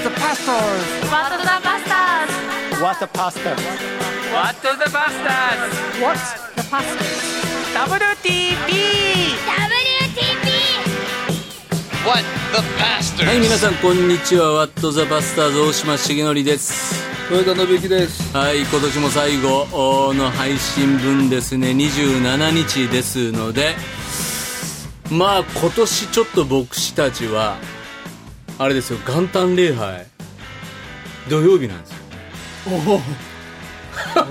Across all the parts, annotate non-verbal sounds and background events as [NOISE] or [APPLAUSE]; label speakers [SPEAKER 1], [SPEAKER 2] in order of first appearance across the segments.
[SPEAKER 1] Pastors!
[SPEAKER 2] What the Bastards!
[SPEAKER 1] What the pastor?
[SPEAKER 3] What the Bastards
[SPEAKER 1] What?
[SPEAKER 3] WTP
[SPEAKER 2] WTP!
[SPEAKER 4] What the bastard?
[SPEAKER 5] はい、皆さん、こんにちは。ワット・ザ・バスターズ、大島重則です。
[SPEAKER 6] 豊田信之です
[SPEAKER 5] はい、今年も最後の配信分ですね、27日ですので、まあ、今年ちょっと僕たちは、あれですよ、元旦礼拝、土曜日なんですよ。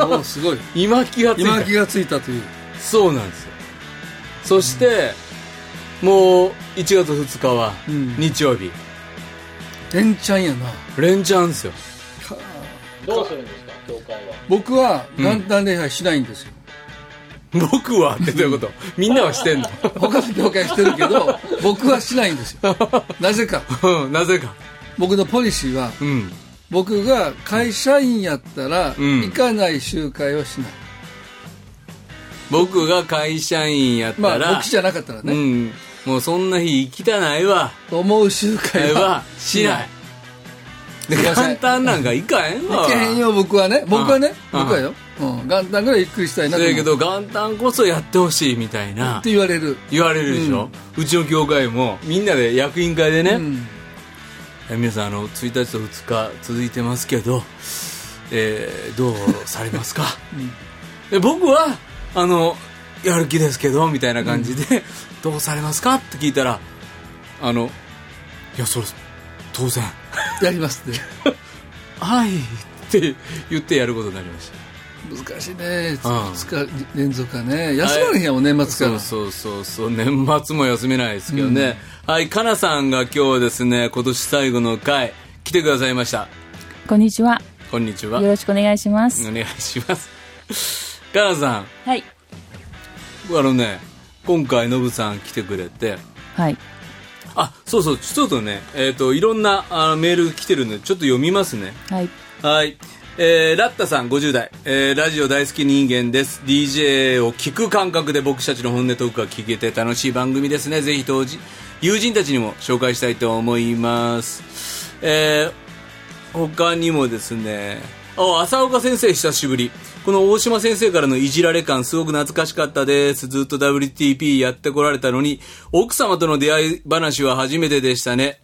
[SPEAKER 6] おおすごい
[SPEAKER 5] 今気がついた
[SPEAKER 6] 今気がついたという
[SPEAKER 5] そうなんですよ。そして、もう、1月2日は
[SPEAKER 6] うん、
[SPEAKER 5] 日曜日、
[SPEAKER 6] 連チャンやな
[SPEAKER 5] 連チャンですよ。
[SPEAKER 7] どうするんですか教会は
[SPEAKER 6] 僕は
[SPEAKER 5] ん
[SPEAKER 6] 元旦礼拝しないんですよ、
[SPEAKER 5] 僕はってどう
[SPEAKER 6] [LAUGHS]
[SPEAKER 5] いうことみんなはしてんの
[SPEAKER 6] 他の教会してるけ
[SPEAKER 5] [LAUGHS]
[SPEAKER 6] ど僕はしないんですよなぜか
[SPEAKER 5] うん、なぜか。
[SPEAKER 6] 僕のポリシーは
[SPEAKER 5] うん。
[SPEAKER 6] 僕が会社員やったら、
[SPEAKER 5] うん
[SPEAKER 6] 行かない集会はしない
[SPEAKER 5] 僕が会社員やった
[SPEAKER 6] ま
[SPEAKER 5] ら、
[SPEAKER 6] あ牧師じゃなかったら
[SPEAKER 5] う
[SPEAKER 6] ね、
[SPEAKER 5] ん。もうそんな日行きたな
[SPEAKER 6] [LAUGHS]
[SPEAKER 5] いわ。
[SPEAKER 6] と思う集会は
[SPEAKER 5] は、しない。で、
[SPEAKER 6] すいません
[SPEAKER 5] 簡単なんか行かへんわ。
[SPEAKER 6] [LAUGHS] 行けへん。よ僕はね僕はね
[SPEAKER 5] うん
[SPEAKER 6] 僕はよ、うん、元旦ぐらいゆっくりしたいな
[SPEAKER 5] だ
[SPEAKER 6] と思う
[SPEAKER 5] けど、元旦こそやってほしいみたい
[SPEAKER 6] っ
[SPEAKER 5] な
[SPEAKER 6] て、言われる、
[SPEAKER 5] 言われるでしょ、うちの業界も、みんなで役員会でね、
[SPEAKER 6] うん、
[SPEAKER 5] 皆さん、あの、1日と2日続いてますけど、えーどうされ [LAUGHS] ますか、で僕は、あの、やる気ですけど、みたいな感じで、どうされますかって聞いたら、あの、いや、それ、当然、
[SPEAKER 6] やりますって
[SPEAKER 5] はい、 [LAUGHS] って言ってやることになりました。
[SPEAKER 6] 難しいね、
[SPEAKER 5] うん
[SPEAKER 6] 2日連続はね休まれへんやもん年末から、
[SPEAKER 5] そうそうそうそう年末も休めないですけどね、はいかなさんが今日はですね今年最後の回来てくださいました
[SPEAKER 8] こんにちは。
[SPEAKER 5] こんにちは
[SPEAKER 8] よ
[SPEAKER 5] お
[SPEAKER 8] ろしくお願いします。
[SPEAKER 5] 願いしますかなさん
[SPEAKER 8] はい。
[SPEAKER 5] あのね今回ノブさん来てくれて
[SPEAKER 8] はい。
[SPEAKER 5] あそうそうちょっとねえっ、といろんなあメール来てるんでちょっと読みますね
[SPEAKER 8] はい。
[SPEAKER 5] はい。えー、ラッタさん50代、えー、ラジオ大好き人間です。DJ を聞く感覚で僕たちの本音トークが聞けて楽しい番組ですね。ぜひ当時、友人たちにも紹介したいと思います。えー、他にもですね、あ、浅岡先生久しぶり。この大島先生からのいじられ感すごく懐かしかったです。ずっと WTP やってこられたのに、奥様との出会い話は初めてでしたね。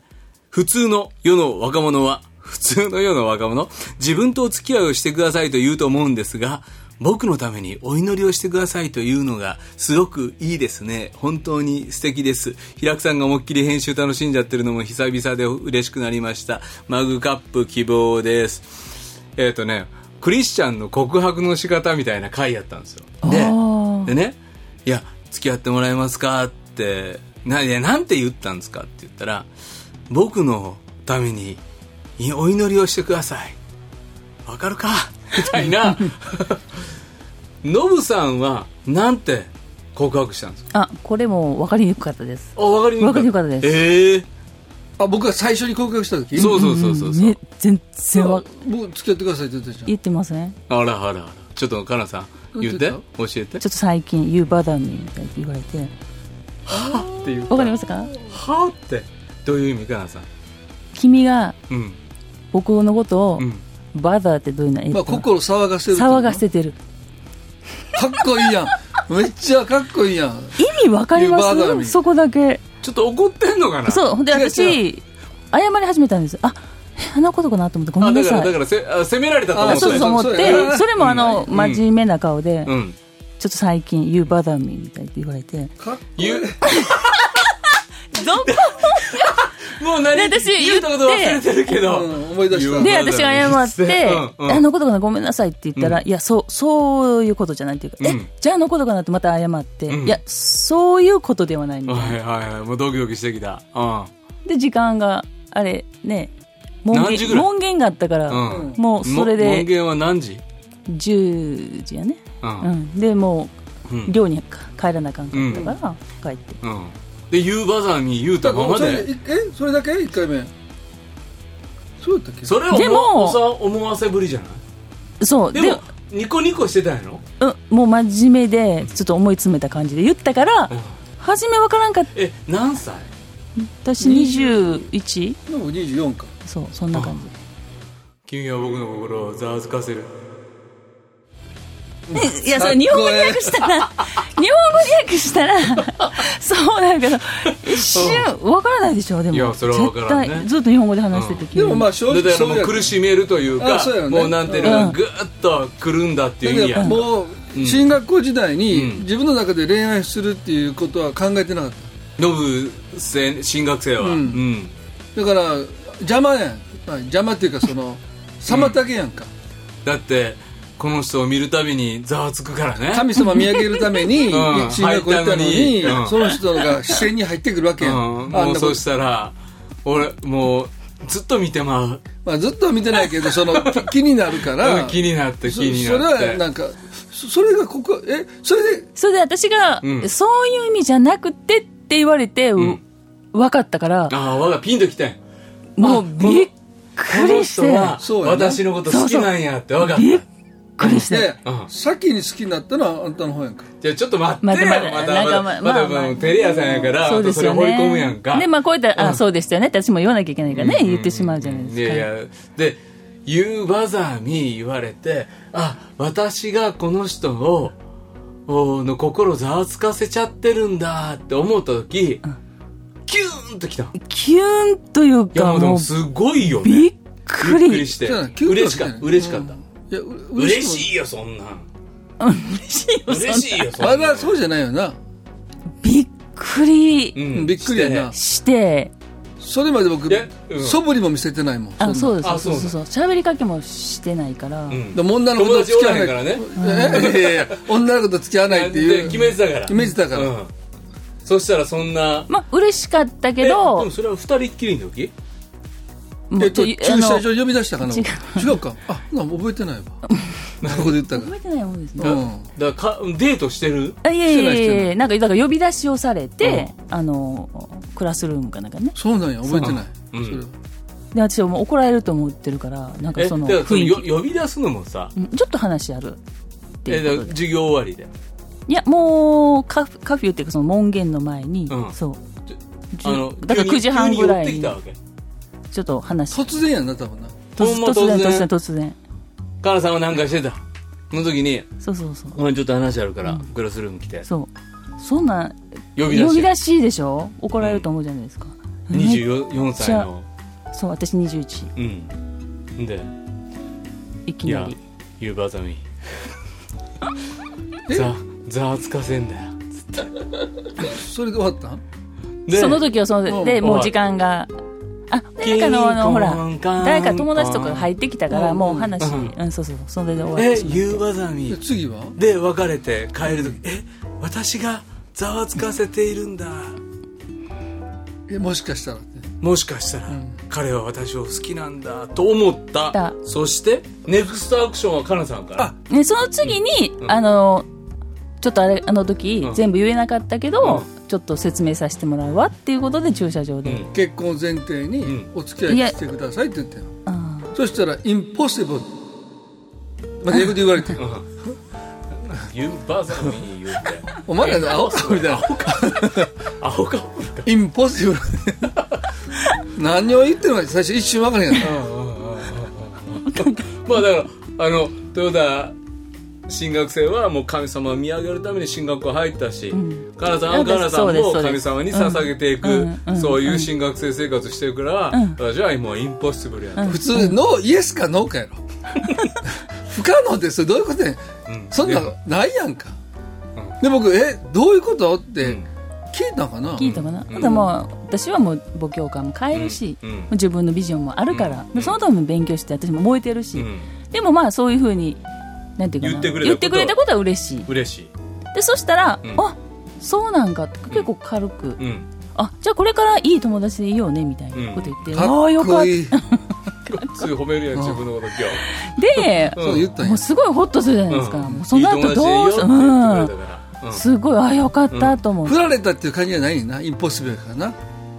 [SPEAKER 5] 普通の世の若者は、普通の世の若者、自分とお付き合いをしてくださいと言うと思うんですが、僕のためにお祈りをしてくださいというのがすごくいいですね。本当に素敵です。平久さんが思いっきり編集楽しんじゃってるのも久々で嬉しくなりました。マグカップ希望です。えっ、とね、クリスチャンの告白の仕方みたいな回やったんですよ。で、でね、いや、付き合ってもらえますかって、な、いや、なんて言ったんですかって言ったら、僕のためにいお祈りをしてください。わかる [LAUGHS] かみたい [LAUGHS] な。ノブさんは、なんて告白したんですか
[SPEAKER 8] あ、これも分かりにくかったです。
[SPEAKER 5] あ、わかりにく
[SPEAKER 8] わかりにくかったです
[SPEAKER 5] ええ
[SPEAKER 6] あ僕が最初に告白した時
[SPEAKER 5] そうそうそうそうそう、
[SPEAKER 8] ね、全然わ、
[SPEAKER 6] 僕付き合ってくださいって言ったじ
[SPEAKER 8] 言ってませんちょ
[SPEAKER 5] あらあらあら。ちょっと、かなさん、言って、
[SPEAKER 6] なん
[SPEAKER 5] 教
[SPEAKER 6] て
[SPEAKER 5] えて。
[SPEAKER 8] っと最近、You bother me みたいに言われて。
[SPEAKER 5] っていう。
[SPEAKER 8] わかりますか
[SPEAKER 5] はあって、どういう意味、かなさん。
[SPEAKER 8] 君が
[SPEAKER 5] うん。
[SPEAKER 8] 僕のことを
[SPEAKER 5] うん、
[SPEAKER 8] bother ってどういうのえ
[SPEAKER 6] ゃ
[SPEAKER 8] っ
[SPEAKER 6] ん、まあ、
[SPEAKER 8] と
[SPEAKER 6] 心騒がせるっていうの
[SPEAKER 8] 騒がせてる。
[SPEAKER 6] かっこいいやん
[SPEAKER 5] [LAUGHS]
[SPEAKER 6] めっちゃかっこいいやん
[SPEAKER 8] 意味わかりま
[SPEAKER 6] You bother me
[SPEAKER 8] すそこだけ。
[SPEAKER 5] ちょっと怒ってんのかな
[SPEAKER 8] そう。ほんで、
[SPEAKER 6] 違う違う
[SPEAKER 8] 私、謝り始めたんです。あ、えあのことかなと思って、ごめ
[SPEAKER 5] あ
[SPEAKER 8] ん
[SPEAKER 5] だ
[SPEAKER 8] な
[SPEAKER 5] から、
[SPEAKER 8] さ
[SPEAKER 5] だ
[SPEAKER 8] い。
[SPEAKER 5] からせ、あ責められたと思
[SPEAKER 6] ら
[SPEAKER 5] っ
[SPEAKER 8] あ
[SPEAKER 5] て
[SPEAKER 8] そうそうそう思っ
[SPEAKER 6] そうそうそう
[SPEAKER 8] て、それもあの、
[SPEAKER 5] うん
[SPEAKER 8] 真面目な顔で、
[SPEAKER 5] うん。
[SPEAKER 8] ちょっと最近、You bother me みたいに言われて。
[SPEAKER 6] かっこいい
[SPEAKER 5] 言う、
[SPEAKER 8] どこ
[SPEAKER 5] もう何
[SPEAKER 8] で私
[SPEAKER 5] 言ったこと忘れてるけど。
[SPEAKER 6] うん思い出した
[SPEAKER 5] 言う
[SPEAKER 8] で、私が謝って、
[SPEAKER 5] うんうん
[SPEAKER 8] あのことかな、ごめんなさいって言ったら、いや、そう、そういうことじゃないっていうか、
[SPEAKER 5] うん
[SPEAKER 8] え、じゃああのことかなってまた謝って、
[SPEAKER 5] うん
[SPEAKER 8] いや、そういうことではないみたい
[SPEAKER 5] はいはいはい。もうドキドキしてきた。う
[SPEAKER 8] で、時間が、あれ、ね、門
[SPEAKER 5] 何時ぐ
[SPEAKER 8] 限、
[SPEAKER 5] らい
[SPEAKER 8] 門限があったから、
[SPEAKER 5] ん。うん。
[SPEAKER 8] もうそれ
[SPEAKER 5] も
[SPEAKER 8] で
[SPEAKER 5] 門、限は何時
[SPEAKER 8] 10時やね。
[SPEAKER 5] う。
[SPEAKER 8] うんん。で、も
[SPEAKER 5] う
[SPEAKER 8] う、
[SPEAKER 5] ん。
[SPEAKER 8] 寮に帰らなあかんかったから、帰って。
[SPEAKER 5] うん。で、ユーバザーに言うたまま
[SPEAKER 6] それ
[SPEAKER 5] で。
[SPEAKER 6] いえそれだけ1回目そうだったっけ
[SPEAKER 5] それを
[SPEAKER 8] でも
[SPEAKER 5] 思わせぶりじゃない
[SPEAKER 8] そう、
[SPEAKER 5] で
[SPEAKER 8] で、
[SPEAKER 5] も、ニコニコしてたんやろ
[SPEAKER 8] うん、もう真面目で、ちょっと思い詰めた感じで言ったから
[SPEAKER 5] うん、
[SPEAKER 8] 初めわからんかった。
[SPEAKER 5] え、何歳
[SPEAKER 8] 私 21?
[SPEAKER 6] でも24か
[SPEAKER 8] そう、そんな感じ。
[SPEAKER 5] 君は僕の心をざわつかせる。
[SPEAKER 8] いや、それ日本語に訳した
[SPEAKER 5] [LAUGHS]
[SPEAKER 8] ら、日本語に訳したら、そうだけど、一瞬、わからないでしょ、でも。
[SPEAKER 5] いやそれはわからんね
[SPEAKER 8] 絶対ずっと日本語で話してるときに。
[SPEAKER 6] でもまあ正
[SPEAKER 5] だか
[SPEAKER 6] 直
[SPEAKER 5] ら
[SPEAKER 6] そう
[SPEAKER 5] も
[SPEAKER 6] や
[SPEAKER 5] う苦しめるというか
[SPEAKER 6] あそうやね
[SPEAKER 5] もうなんていうのぐーっとくるんだっていう意味
[SPEAKER 6] だけど
[SPEAKER 5] や
[SPEAKER 6] もう進学校時代
[SPEAKER 5] うん
[SPEAKER 6] に自分の中で恋愛するっていうことは考えてなかっ
[SPEAKER 5] ノブせ新学生は、う
[SPEAKER 6] うん
[SPEAKER 5] ん
[SPEAKER 6] ただから邪魔やんまあ邪魔っていうかその妨げやんか
[SPEAKER 5] だってこの人を見るたびにざわつくからね
[SPEAKER 6] 神様見上げるために
[SPEAKER 5] うん
[SPEAKER 6] 進学校行ったの
[SPEAKER 5] 入っ
[SPEAKER 6] に
[SPEAKER 5] たのにうん
[SPEAKER 6] その人が視線に入ってくるわけ
[SPEAKER 5] う
[SPEAKER 6] やん
[SPEAKER 5] ん、
[SPEAKER 6] あん
[SPEAKER 5] もう
[SPEAKER 6] なこ
[SPEAKER 5] そ
[SPEAKER 6] と
[SPEAKER 5] うしたら俺もうずっと見てまう
[SPEAKER 6] まあずっとは見てないけどそのき [LAUGHS] 気になるから
[SPEAKER 5] 気になって
[SPEAKER 6] そ
[SPEAKER 5] 気になっ
[SPEAKER 6] それは
[SPEAKER 5] て
[SPEAKER 6] なんかそそれがここえそれで
[SPEAKER 8] それで私が、
[SPEAKER 5] うん
[SPEAKER 8] そういう意味じゃなくてって言われて、
[SPEAKER 5] ん
[SPEAKER 8] 分かったから、
[SPEAKER 5] ああ我がピンときたんや
[SPEAKER 8] もう
[SPEAKER 5] の
[SPEAKER 8] びっ
[SPEAKER 5] こ
[SPEAKER 8] く
[SPEAKER 5] の
[SPEAKER 8] りし
[SPEAKER 5] 人
[SPEAKER 8] て、
[SPEAKER 5] は
[SPEAKER 6] そうやな
[SPEAKER 5] 私のこと好きなんやって分かった
[SPEAKER 8] びっくりし
[SPEAKER 6] で
[SPEAKER 8] て。
[SPEAKER 5] うん
[SPEAKER 6] 先に好きになったのはあんたの方やんか
[SPEAKER 5] じゃあちょっと待って
[SPEAKER 8] ま
[SPEAKER 5] よ
[SPEAKER 8] た
[SPEAKER 5] ま
[SPEAKER 8] ま
[SPEAKER 5] た
[SPEAKER 8] た
[SPEAKER 5] ま
[SPEAKER 8] なん
[SPEAKER 5] た
[SPEAKER 8] か
[SPEAKER 5] ま
[SPEAKER 8] ま
[SPEAKER 5] た
[SPEAKER 8] あ
[SPEAKER 5] ま
[SPEAKER 8] まあ
[SPEAKER 5] たテレ屋さんやから
[SPEAKER 8] そうで
[SPEAKER 5] またそ
[SPEAKER 8] す
[SPEAKER 5] れ
[SPEAKER 8] よ
[SPEAKER 5] 放り
[SPEAKER 8] ね。
[SPEAKER 5] 込むやんか
[SPEAKER 8] で、まあ、こういったら、あ、そうでしたよねって私も言わなきゃいけないからね、
[SPEAKER 5] うん
[SPEAKER 8] 言ってしまうじゃないですか。
[SPEAKER 5] いやいやで言うばざみ言われてあ私がこの人をおの心をざわつかせちゃってるんだって思った時、キューンときたのい
[SPEAKER 8] キュンという
[SPEAKER 5] や
[SPEAKER 8] か、
[SPEAKER 5] もうで
[SPEAKER 8] も
[SPEAKER 5] も
[SPEAKER 8] う、
[SPEAKER 5] すごいよね
[SPEAKER 8] びっく
[SPEAKER 5] び
[SPEAKER 8] り。
[SPEAKER 5] っくりして
[SPEAKER 6] そうだねキュンと
[SPEAKER 5] 嬉しか
[SPEAKER 6] は
[SPEAKER 5] っ
[SPEAKER 6] したた
[SPEAKER 5] 嬉しかった、
[SPEAKER 6] いやう
[SPEAKER 5] 嬉
[SPEAKER 6] い
[SPEAKER 5] しいよそんなん
[SPEAKER 8] 嬉しいよ、そんな
[SPEAKER 5] 嬉しいよそんな
[SPEAKER 6] ま
[SPEAKER 5] ん
[SPEAKER 6] だそうじゃないよな
[SPEAKER 8] びっくり
[SPEAKER 5] うん
[SPEAKER 6] びっくりやな
[SPEAKER 8] し
[SPEAKER 5] して
[SPEAKER 8] て、そ
[SPEAKER 6] それまで僕
[SPEAKER 5] えうん
[SPEAKER 6] そぶりも見せてないもん
[SPEAKER 8] あ、そううです、
[SPEAKER 5] あ
[SPEAKER 8] そうそう
[SPEAKER 5] そ
[SPEAKER 8] そう。喋りかけもしてないから、
[SPEAKER 5] うん
[SPEAKER 6] 女の子と付き合わない
[SPEAKER 5] 友達
[SPEAKER 6] ねいやいやいや女の子と付き合わないって
[SPEAKER 5] で
[SPEAKER 6] いう
[SPEAKER 5] 決めてたから
[SPEAKER 6] 決めてたから
[SPEAKER 5] うんそしたらそんな
[SPEAKER 8] まあ、嬉しかったけ
[SPEAKER 5] えで
[SPEAKER 8] ど
[SPEAKER 5] も、それは二人っきりの時
[SPEAKER 8] も
[SPEAKER 6] え
[SPEAKER 8] う
[SPEAKER 6] っと
[SPEAKER 8] と
[SPEAKER 6] 駐
[SPEAKER 8] いあの
[SPEAKER 6] 車場呼び出したかな
[SPEAKER 8] 違う
[SPEAKER 6] 違うかあなんか覚えてないわここで言ったか
[SPEAKER 8] 覚えてないもんですね。 [LAUGHS]
[SPEAKER 6] らう
[SPEAKER 5] だからかデートしてる
[SPEAKER 8] あいやいやい
[SPEAKER 6] してないし
[SPEAKER 8] や
[SPEAKER 6] て
[SPEAKER 8] いやなんかだから呼び出しをされて、あのクラスルームかなんかね
[SPEAKER 6] そうなんや覚えてない
[SPEAKER 5] そうなの
[SPEAKER 6] それは
[SPEAKER 8] で私はもう怒られると思ってるからなんか
[SPEAKER 5] え
[SPEAKER 8] その
[SPEAKER 5] だからそ
[SPEAKER 8] 雰
[SPEAKER 5] の
[SPEAKER 8] 囲
[SPEAKER 5] よ
[SPEAKER 8] 気
[SPEAKER 5] 呼び出すのもさ
[SPEAKER 8] うんちょっと話あるって
[SPEAKER 5] えだ
[SPEAKER 8] いうこ
[SPEAKER 5] から
[SPEAKER 8] とで
[SPEAKER 5] 授業終わりで
[SPEAKER 8] いやもうカフカフューっていうかその門限の前に、
[SPEAKER 5] うん
[SPEAKER 8] そう
[SPEAKER 5] じ
[SPEAKER 8] じ
[SPEAKER 5] あの
[SPEAKER 8] だから
[SPEAKER 5] 急に
[SPEAKER 8] 9時半
[SPEAKER 5] 急
[SPEAKER 8] ぐらい
[SPEAKER 5] 寄
[SPEAKER 8] に
[SPEAKER 5] ってきたわけ
[SPEAKER 8] ちょっと話
[SPEAKER 6] 突然やんな多分な
[SPEAKER 5] ほんま
[SPEAKER 8] 突然
[SPEAKER 5] 突然
[SPEAKER 8] 突然突然
[SPEAKER 5] カナさんは何かしてたその時に
[SPEAKER 8] そうそうそう
[SPEAKER 5] 「ごめんちょっと話あるからクラスルーム来て
[SPEAKER 8] そうそんな
[SPEAKER 5] 呼
[SPEAKER 8] 呼
[SPEAKER 5] び出して
[SPEAKER 8] しでしょ怒られると思うじゃないですか、
[SPEAKER 5] 24歳の
[SPEAKER 8] そう私21
[SPEAKER 5] うんで
[SPEAKER 8] いき
[SPEAKER 5] い
[SPEAKER 8] な
[SPEAKER 5] や
[SPEAKER 8] り
[SPEAKER 5] ゆうばざ
[SPEAKER 8] [LAUGHS]
[SPEAKER 5] みざざわつかせんだよ
[SPEAKER 6] それで終わったん
[SPEAKER 5] で
[SPEAKER 8] その時はその
[SPEAKER 6] うん
[SPEAKER 8] でも
[SPEAKER 5] は
[SPEAKER 8] う
[SPEAKER 5] い
[SPEAKER 8] 時間があでなんかあのあ
[SPEAKER 5] キンコ
[SPEAKER 8] の
[SPEAKER 5] ン
[SPEAKER 8] ほら
[SPEAKER 5] カン
[SPEAKER 8] 誰か友達とかが入ってきたから
[SPEAKER 5] うん
[SPEAKER 8] もう話
[SPEAKER 5] うん
[SPEAKER 8] うんそうそうそれで終わって
[SPEAKER 5] え
[SPEAKER 8] し
[SPEAKER 5] ゆう
[SPEAKER 8] まっ
[SPEAKER 5] ばざみ
[SPEAKER 6] で次は
[SPEAKER 5] で別れて帰る時え私がざわつかせているんだ
[SPEAKER 6] えもしかしたらって
[SPEAKER 5] もしかしたら、
[SPEAKER 6] ん
[SPEAKER 5] 彼は私を好きなんだと思った
[SPEAKER 8] だ
[SPEAKER 5] そしてネクストアクションはかなさんから
[SPEAKER 8] てねその次にあのちょっとあれあの時
[SPEAKER 5] ん
[SPEAKER 8] 全部言えなかったけ
[SPEAKER 5] う
[SPEAKER 8] どちょっと説明させてもらうわっていうことで駐車場で
[SPEAKER 5] うん
[SPEAKER 6] 結婚を前提に
[SPEAKER 5] うん
[SPEAKER 6] お付き合いしてくださいって言ったよ
[SPEAKER 8] あ
[SPEAKER 6] そしたら「インポッシブル」また英語で言われて
[SPEAKER 5] 「ユーバーザミー」言うて
[SPEAKER 6] 「お前らアホか」みたいな
[SPEAKER 5] 「アホかおるか
[SPEAKER 6] インポッシブル何を言ってるのか最初一瞬分からへんやった」
[SPEAKER 5] まあだからあの豊田新学生はもう神様を見上げるために進学校入ったし、かなさんはかなさ
[SPEAKER 8] そうんです
[SPEAKER 5] も
[SPEAKER 8] そう
[SPEAKER 5] 神
[SPEAKER 8] です
[SPEAKER 5] 様に捧げていく、
[SPEAKER 8] うんうん
[SPEAKER 5] そういう進学生生活してるから、私はもうインポッシブルやと、
[SPEAKER 6] 普通ノーイエスかノーかやろ不可能ってそれどういうことやねん、
[SPEAKER 5] うん
[SPEAKER 6] そんな
[SPEAKER 5] で
[SPEAKER 6] のないやんか、で僕「えどういうこと?」って
[SPEAKER 5] うん
[SPEAKER 6] 聞いたんかな、
[SPEAKER 8] 聞いたかなただもう私はもう母教官も変えるし
[SPEAKER 5] うんうん
[SPEAKER 8] もう自分のビジョンもあるからでそのために勉強して私も燃えてるし
[SPEAKER 5] うん
[SPEAKER 8] でもまあそういうふうになんていうかな
[SPEAKER 5] 言ってくれたこと
[SPEAKER 8] 言ってくれたことは嬉しい
[SPEAKER 5] 嬉しい、
[SPEAKER 8] でそしたら、
[SPEAKER 5] うん
[SPEAKER 8] あそうなんかって結構軽く、
[SPEAKER 5] うん、
[SPEAKER 8] あじゃあこれからいい友達でいようねみたいなこと言って、あ
[SPEAKER 6] か
[SPEAKER 8] あよ
[SPEAKER 6] っ
[SPEAKER 8] かっ
[SPEAKER 6] こ
[SPEAKER 8] た
[SPEAKER 6] いい
[SPEAKER 5] すぐ褒めるやん自分のこと今
[SPEAKER 8] で、
[SPEAKER 6] そう言ったん
[SPEAKER 8] も
[SPEAKER 6] や
[SPEAKER 8] うすごいホッとするじゃないですか、
[SPEAKER 5] うん
[SPEAKER 8] もうその後どうし
[SPEAKER 5] いい友達でいいよっ
[SPEAKER 8] うん
[SPEAKER 5] て言ってくれたから、うん
[SPEAKER 8] すごいあよかったと思う
[SPEAKER 6] 振、られたっていう感じじゃないねんなインポッシブルやからな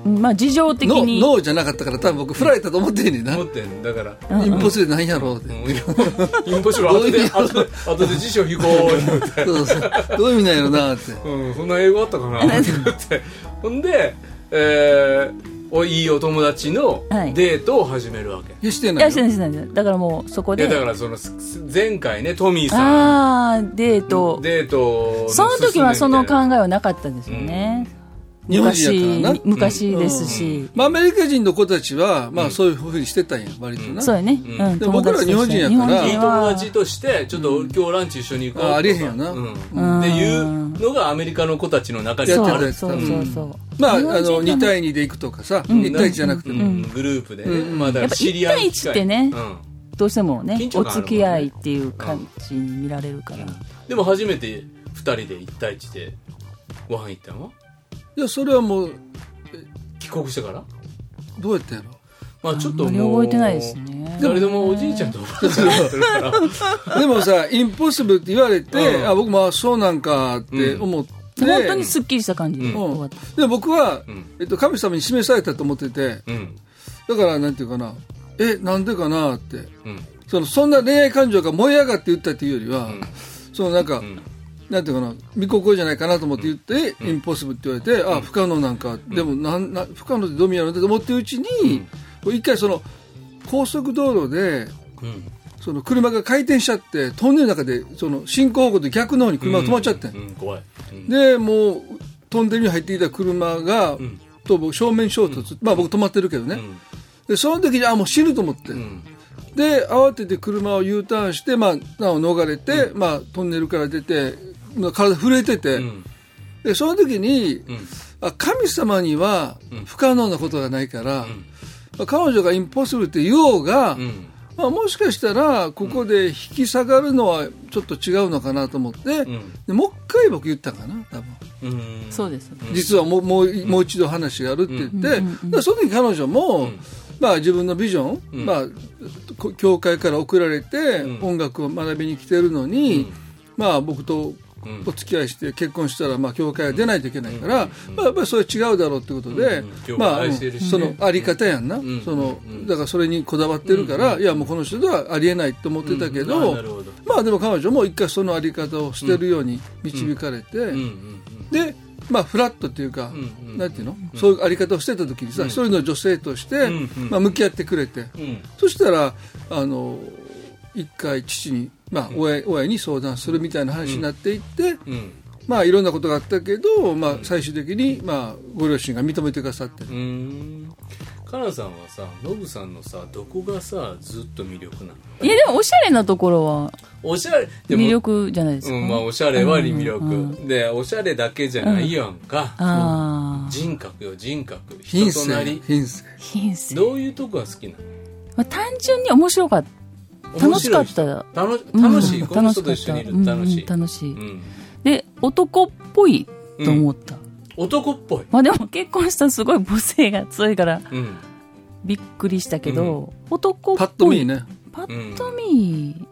[SPEAKER 8] うんまあ事情的
[SPEAKER 6] ノ
[SPEAKER 8] に
[SPEAKER 6] ーノーじゃなかったから多分僕振られたと思ってんねんな、
[SPEAKER 5] 思ってんだから、
[SPEAKER 6] インポッシブルなんやろうって、
[SPEAKER 5] うんインポッシブル
[SPEAKER 6] どう
[SPEAKER 5] 後
[SPEAKER 6] い
[SPEAKER 5] で
[SPEAKER 6] う
[SPEAKER 5] 後で後で辞書引こう言うて
[SPEAKER 6] そうそうどういう意味なんやろうなって
[SPEAKER 5] うん、そんな英語あったかなって思ってほんで、えーおいいお友達の
[SPEAKER 8] はい
[SPEAKER 5] デートを始めるわけ、
[SPEAKER 6] いやして
[SPEAKER 8] い
[SPEAKER 6] ない
[SPEAKER 8] や
[SPEAKER 6] よ
[SPEAKER 8] してないしてないですだからもうそこ
[SPEAKER 5] い
[SPEAKER 8] で
[SPEAKER 5] やだからそのす前回ねトミーさん
[SPEAKER 8] ああデート
[SPEAKER 5] デート
[SPEAKER 8] その時はその考
[SPEAKER 5] 感
[SPEAKER 8] えはなかったですよね、
[SPEAKER 6] 日本人やからな
[SPEAKER 8] 昔昔ですし、
[SPEAKER 6] まあ、アメリカ人の子たちは、まあ、そういうふうにしてたんや、割とな。
[SPEAKER 8] そうよね、うん
[SPEAKER 6] で僕らは日本人やから
[SPEAKER 8] 友達として
[SPEAKER 5] い
[SPEAKER 8] 日本人
[SPEAKER 5] い友達としてちょっと今日ランチ一緒に行こうとか
[SPEAKER 6] あありえへんよな
[SPEAKER 5] うん
[SPEAKER 8] うん
[SPEAKER 5] っていうのがアメリカの子たちの中に
[SPEAKER 6] やって
[SPEAKER 5] あ
[SPEAKER 6] た
[SPEAKER 5] る
[SPEAKER 8] はそうそうそうそう
[SPEAKER 6] まあ、あ
[SPEAKER 8] 日本人
[SPEAKER 6] の、
[SPEAKER 8] はね
[SPEAKER 6] 2対2で行くとかさ、1対1じゃなくて
[SPEAKER 5] うん
[SPEAKER 6] も。
[SPEAKER 5] グループでね、まあだから知り合いの機会
[SPEAKER 8] やっぱ一対一ってね
[SPEAKER 5] うん
[SPEAKER 8] どうしてもね
[SPEAKER 5] 緊張
[SPEAKER 8] お
[SPEAKER 5] 感あるもんね
[SPEAKER 8] 付き合いっていう感じに見られるから、
[SPEAKER 5] でも初めて2人で1対1でご飯行ったの
[SPEAKER 6] いや、それはもう、
[SPEAKER 5] 帰国してから
[SPEAKER 6] どうやったんやろ。
[SPEAKER 5] まあちょっ
[SPEAKER 8] あ
[SPEAKER 5] と
[SPEAKER 8] んまり
[SPEAKER 5] もう
[SPEAKER 8] 覚えてないですね
[SPEAKER 5] 誰でもおじいちゃんとおばあちゃんになってるから
[SPEAKER 6] でもさ、インポッシブルって言われて、
[SPEAKER 5] うん
[SPEAKER 6] あ僕もあそうなんかって思って、
[SPEAKER 8] 本当にすっきりした感じで
[SPEAKER 6] う
[SPEAKER 8] 終わ
[SPEAKER 6] ん
[SPEAKER 8] った、
[SPEAKER 6] で僕は、
[SPEAKER 5] ん
[SPEAKER 6] えっと、神様に示されたと思ってて、
[SPEAKER 5] うん
[SPEAKER 6] だから、なんていうかな、え、なんでかなって、
[SPEAKER 5] うん
[SPEAKER 6] そのそんな恋愛感情が燃え上がって言ったっていうよりは、そのなんか、
[SPEAKER 5] ん
[SPEAKER 6] なんていうかな、見心じゃないかなと思って言って、インポッシブルって言われて、あ、不可能なんか、でもなんな、不可能ってどう見やろうって思ってるうちに、こう一回その、高速道路で、
[SPEAKER 5] うん
[SPEAKER 6] その車が回転しちゃって、トンネルの中で、その進行方向と逆の方に車が止まっちゃって、
[SPEAKER 5] うん怖いうん
[SPEAKER 6] で、もう、トンネルに入っていた車が、
[SPEAKER 5] ん
[SPEAKER 6] と僕正面衝突、まあ僕止まってるけどね、
[SPEAKER 5] ん
[SPEAKER 6] で、その時に、あ、もう死ぬと思って、
[SPEAKER 5] うん
[SPEAKER 6] で、慌てて車を U ターンして、まあ、なお逃れて、まあ、トンネルから出て、まあ体震えてて、
[SPEAKER 5] うん
[SPEAKER 6] で、その時に、
[SPEAKER 5] ん
[SPEAKER 6] あ神様には不可能なことがないから、まあ彼女がインポッシブルって言おうが、
[SPEAKER 5] うん
[SPEAKER 6] まあ、もしかしたらここで引き下がるのはちょっと違うのかなと思って、
[SPEAKER 5] ん
[SPEAKER 6] でもう一回僕言ったかな多分
[SPEAKER 5] うん
[SPEAKER 8] そうです
[SPEAKER 6] 実はもうもうもう一度話があるって言って、でその時彼女も、まあ、自分のビジョン、まあ、こ教会から送られて
[SPEAKER 5] うん
[SPEAKER 6] 音楽を学びに来てるのに、まあ、僕と
[SPEAKER 5] ん
[SPEAKER 6] お付き合いして結婚したら、まあ、教会は出ないといけないから、まあ、やっぱりそれ違うだろうってことで、
[SPEAKER 5] うん教会
[SPEAKER 6] まあう
[SPEAKER 5] 愛
[SPEAKER 6] ん
[SPEAKER 5] してるしね
[SPEAKER 6] そのあり方やんな、
[SPEAKER 5] ん
[SPEAKER 6] そのだからそれにこだわってるから、いやもうこの人ではありえないと思ってたけど,、
[SPEAKER 5] うんあなるほど
[SPEAKER 6] まあ、でも彼女も一回そのあり方を捨てるように導かれて。
[SPEAKER 5] うんうん
[SPEAKER 6] で、まあ、フラットっていうか、
[SPEAKER 5] んうん
[SPEAKER 6] なんていうの、そういうあり方をしてた時にさ、一人の女性として、
[SPEAKER 5] んうん
[SPEAKER 6] まあ、向き合ってくれて、
[SPEAKER 5] うん
[SPEAKER 6] そしたらあの一回父に、まあ親親に相談するみたいな話になっていって、
[SPEAKER 5] うん
[SPEAKER 6] まあ、いろんなことがあったけど、まあ、最終的に、まあ、ご両親が認めてくださって、
[SPEAKER 5] うーんカナさんはさノブさんのさどこがさずっと魅力なの
[SPEAKER 8] いやでもおしゃれなところは
[SPEAKER 5] おしゃれでも
[SPEAKER 8] 魅力じゃないですか、
[SPEAKER 5] うんまあおしゃれは魅力、
[SPEAKER 8] うん
[SPEAKER 5] でおしゃれだけじゃないやんか、
[SPEAKER 8] ああ
[SPEAKER 5] 人格よ人格人
[SPEAKER 6] 品
[SPEAKER 5] と
[SPEAKER 6] 性
[SPEAKER 5] なり
[SPEAKER 6] 品性
[SPEAKER 8] 品性
[SPEAKER 5] どういうとこが好きな
[SPEAKER 8] まあ、単純に面白かった
[SPEAKER 5] の
[SPEAKER 8] 楽しかった
[SPEAKER 5] 面白い人楽楽しい、
[SPEAKER 8] うん
[SPEAKER 5] この人と一緒にいると楽しい、
[SPEAKER 8] うん楽しい、
[SPEAKER 5] うん
[SPEAKER 8] で男っぽいと思った、
[SPEAKER 5] 男っぽい、
[SPEAKER 8] まあでも結婚したらすごい母性が強いから
[SPEAKER 5] うん
[SPEAKER 8] びっくりしたけど、男っぽい
[SPEAKER 6] パッと見ね
[SPEAKER 8] パッと見、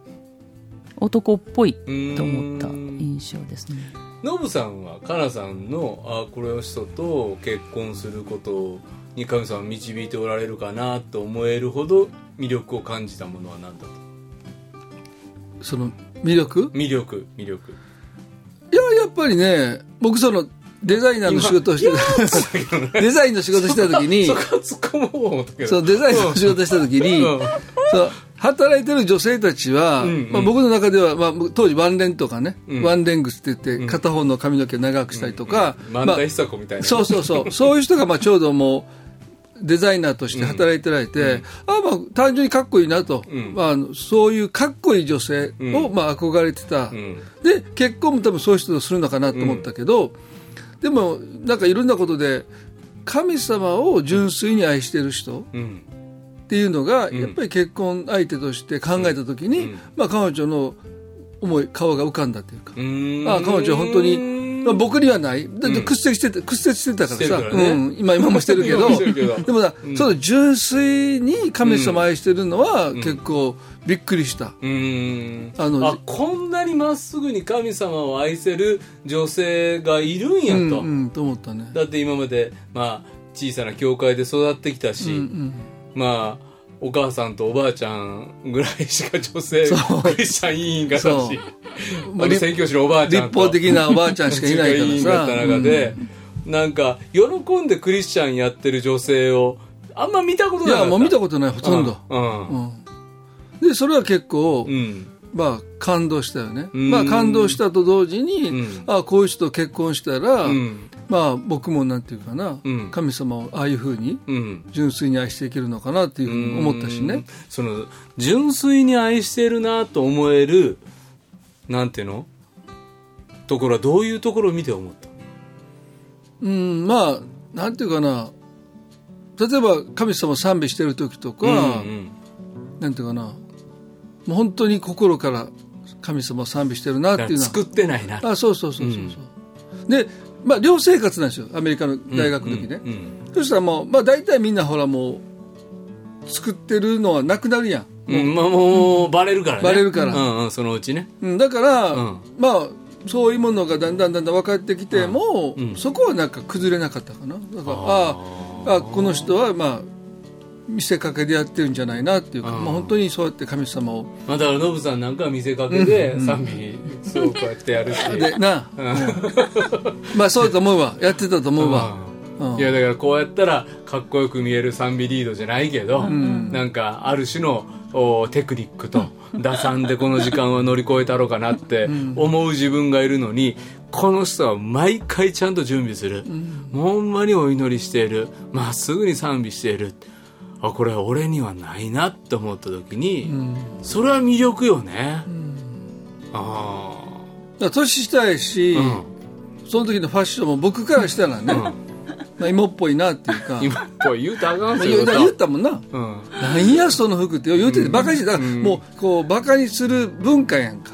[SPEAKER 8] 男っぽいと思った
[SPEAKER 5] うん
[SPEAKER 8] 印象ですね
[SPEAKER 5] ノブさんはカナさんのあこの人と結婚することに神様は導いておられるかなと思えるほど魅力を感じたものは何だと
[SPEAKER 6] その魅力
[SPEAKER 5] 魅力魅力
[SPEAKER 6] いややっぱりね僕そのデザイナーの仕事をしてた [LAUGHS] デザインの仕事してた時に
[SPEAKER 5] [LAUGHS] そこは突っ込もうと思ったけど
[SPEAKER 6] そうデザインの仕事した時に、
[SPEAKER 5] うん
[SPEAKER 6] その働いてる女性たちは、
[SPEAKER 5] んうん
[SPEAKER 6] まあ、僕の中では、まあ、当時ワンレンとかね、
[SPEAKER 5] ん
[SPEAKER 6] ワンレングスって言って片方の髪の毛長くしたりとか、
[SPEAKER 5] 満
[SPEAKER 6] まあ
[SPEAKER 5] 体久子みたいな、
[SPEAKER 6] そうそう
[SPEAKER 5] [LAUGHS]
[SPEAKER 6] そうそういう人がまあちょうどもうデザイナーとして働いてられて、あまあ、単純にかっこいいなと、
[SPEAKER 5] ん
[SPEAKER 6] まああの、そういうかっこいい女性を、まあ、憧れてた、
[SPEAKER 5] ん
[SPEAKER 6] で結婚も多分そういう人とするのかなと思ったけど、でもなんかいろんなことで神様を純粋に愛してる人、
[SPEAKER 5] うん
[SPEAKER 6] っていうのが、やっぱり結婚相手として考えた時に、まあ、彼女の思い顔が浮かんだというか、
[SPEAKER 5] うーん
[SPEAKER 6] ああ彼女は本当に、まあ、僕にはないだって屈折してた、屈折してたからさ
[SPEAKER 5] してるからね
[SPEAKER 6] うん、今今もしてるけ
[SPEAKER 5] 今
[SPEAKER 6] ど
[SPEAKER 5] も [LAUGHS] してるけど
[SPEAKER 6] でもさ、その純粋に神様を愛してるのは、結構びっくりした、
[SPEAKER 5] うーんあ
[SPEAKER 6] あの
[SPEAKER 5] こんなにまっすぐに神様を愛せる女性がいるんや
[SPEAKER 6] うん
[SPEAKER 5] と、
[SPEAKER 6] うん、と思ったね
[SPEAKER 5] だって今まで、まあ、小さな教会で育ってきたし、まあお母さんとおばあちゃんぐらいしか女性
[SPEAKER 6] そう
[SPEAKER 5] クリスチャン委員がだし
[SPEAKER 6] そう
[SPEAKER 5] あの宣教師のおばあちゃ
[SPEAKER 6] 立
[SPEAKER 5] んと [LAUGHS]
[SPEAKER 6] 法的なおばあちゃんしかいない
[SPEAKER 5] 中華委員
[SPEAKER 6] か
[SPEAKER 5] だ
[SPEAKER 6] ら
[SPEAKER 5] っ
[SPEAKER 6] さ
[SPEAKER 5] た中で、なんか喜んでクリスチャンやってる女性をあんま見たこと
[SPEAKER 6] い
[SPEAKER 5] なかっ
[SPEAKER 6] や
[SPEAKER 5] た
[SPEAKER 6] もう見たことないほとんど、
[SPEAKER 5] うんうん
[SPEAKER 6] でそれは結構、
[SPEAKER 5] うん
[SPEAKER 6] まあ感動したよね、
[SPEAKER 5] ん
[SPEAKER 6] まあ、感動したと同時に、
[SPEAKER 5] ん
[SPEAKER 6] あこういう人と結婚したら、
[SPEAKER 5] うん
[SPEAKER 6] まあ、僕もなんていうかな、
[SPEAKER 5] うん
[SPEAKER 6] 神様をああいうふうに
[SPEAKER 5] うん
[SPEAKER 6] 純粋に愛していけるのかなっていうふうに思ったし
[SPEAKER 5] うん
[SPEAKER 6] ね
[SPEAKER 5] その純粋に愛してるなと思えるなんていうのところはどういうところを見て思った
[SPEAKER 6] うんまあなんていうかな例えば神様を賛美してる時とか、
[SPEAKER 5] うん
[SPEAKER 6] なんていうかなもう本当に心から神様を賛美してるなっ
[SPEAKER 5] うん、だ
[SPEAKER 6] てい
[SPEAKER 5] か
[SPEAKER 6] う
[SPEAKER 5] ら
[SPEAKER 6] のは
[SPEAKER 5] 作ってないな
[SPEAKER 6] あそうそうそうそうそう、で、まあ、寮生活なんですよアメリカの大学の時ね、
[SPEAKER 5] うんうん
[SPEAKER 6] そしたらもう、まあ、大体みんなほらもう作ってるのはなくなるやん、
[SPEAKER 5] うんうんまあ、もうバレるからね
[SPEAKER 6] バレるから
[SPEAKER 5] うんうん、そのうちね
[SPEAKER 6] うん、だから、
[SPEAKER 5] うん
[SPEAKER 6] まあそういうものがだんだんだんだん分かってきても、
[SPEAKER 5] うん
[SPEAKER 6] そこはなんか崩れなかったかなだからああこの人はまあ見せかけでやってるんじゃないなっていうか、
[SPEAKER 5] うん
[SPEAKER 6] まあ、本当にそうやって神様を
[SPEAKER 5] まあ、だからノブさんなんかは見せかけで賛美そうこうやってやるし、
[SPEAKER 6] [LAUGHS] でな、うんまあそうだと思うわやってたと思うわ、
[SPEAKER 5] うんいやだからこうやったらかっこよく見える賛美リードじゃないけど、なんかある種のおテクニックと打算でこの時間は乗り越えたろうかなって思う自分がいるのにこの人は毎回ちゃんと準備する、ほんまにお祈りしているまっすぐに賛美しているあこれは俺にはないなって思った時に、それは魅力よね、あ
[SPEAKER 6] だから年したいし、
[SPEAKER 5] あ、うん
[SPEAKER 6] その時のファッションも僕からしたらね、
[SPEAKER 5] ん
[SPEAKER 6] まあ、芋っぽいなっていうか
[SPEAKER 5] 今これ言うたらあかん
[SPEAKER 6] まあ
[SPEAKER 5] す
[SPEAKER 6] 言
[SPEAKER 5] よ
[SPEAKER 6] う言ったもんな
[SPEAKER 5] うん
[SPEAKER 6] なんやその服って言うててバカにしてだからもうこうバカにする文化やんか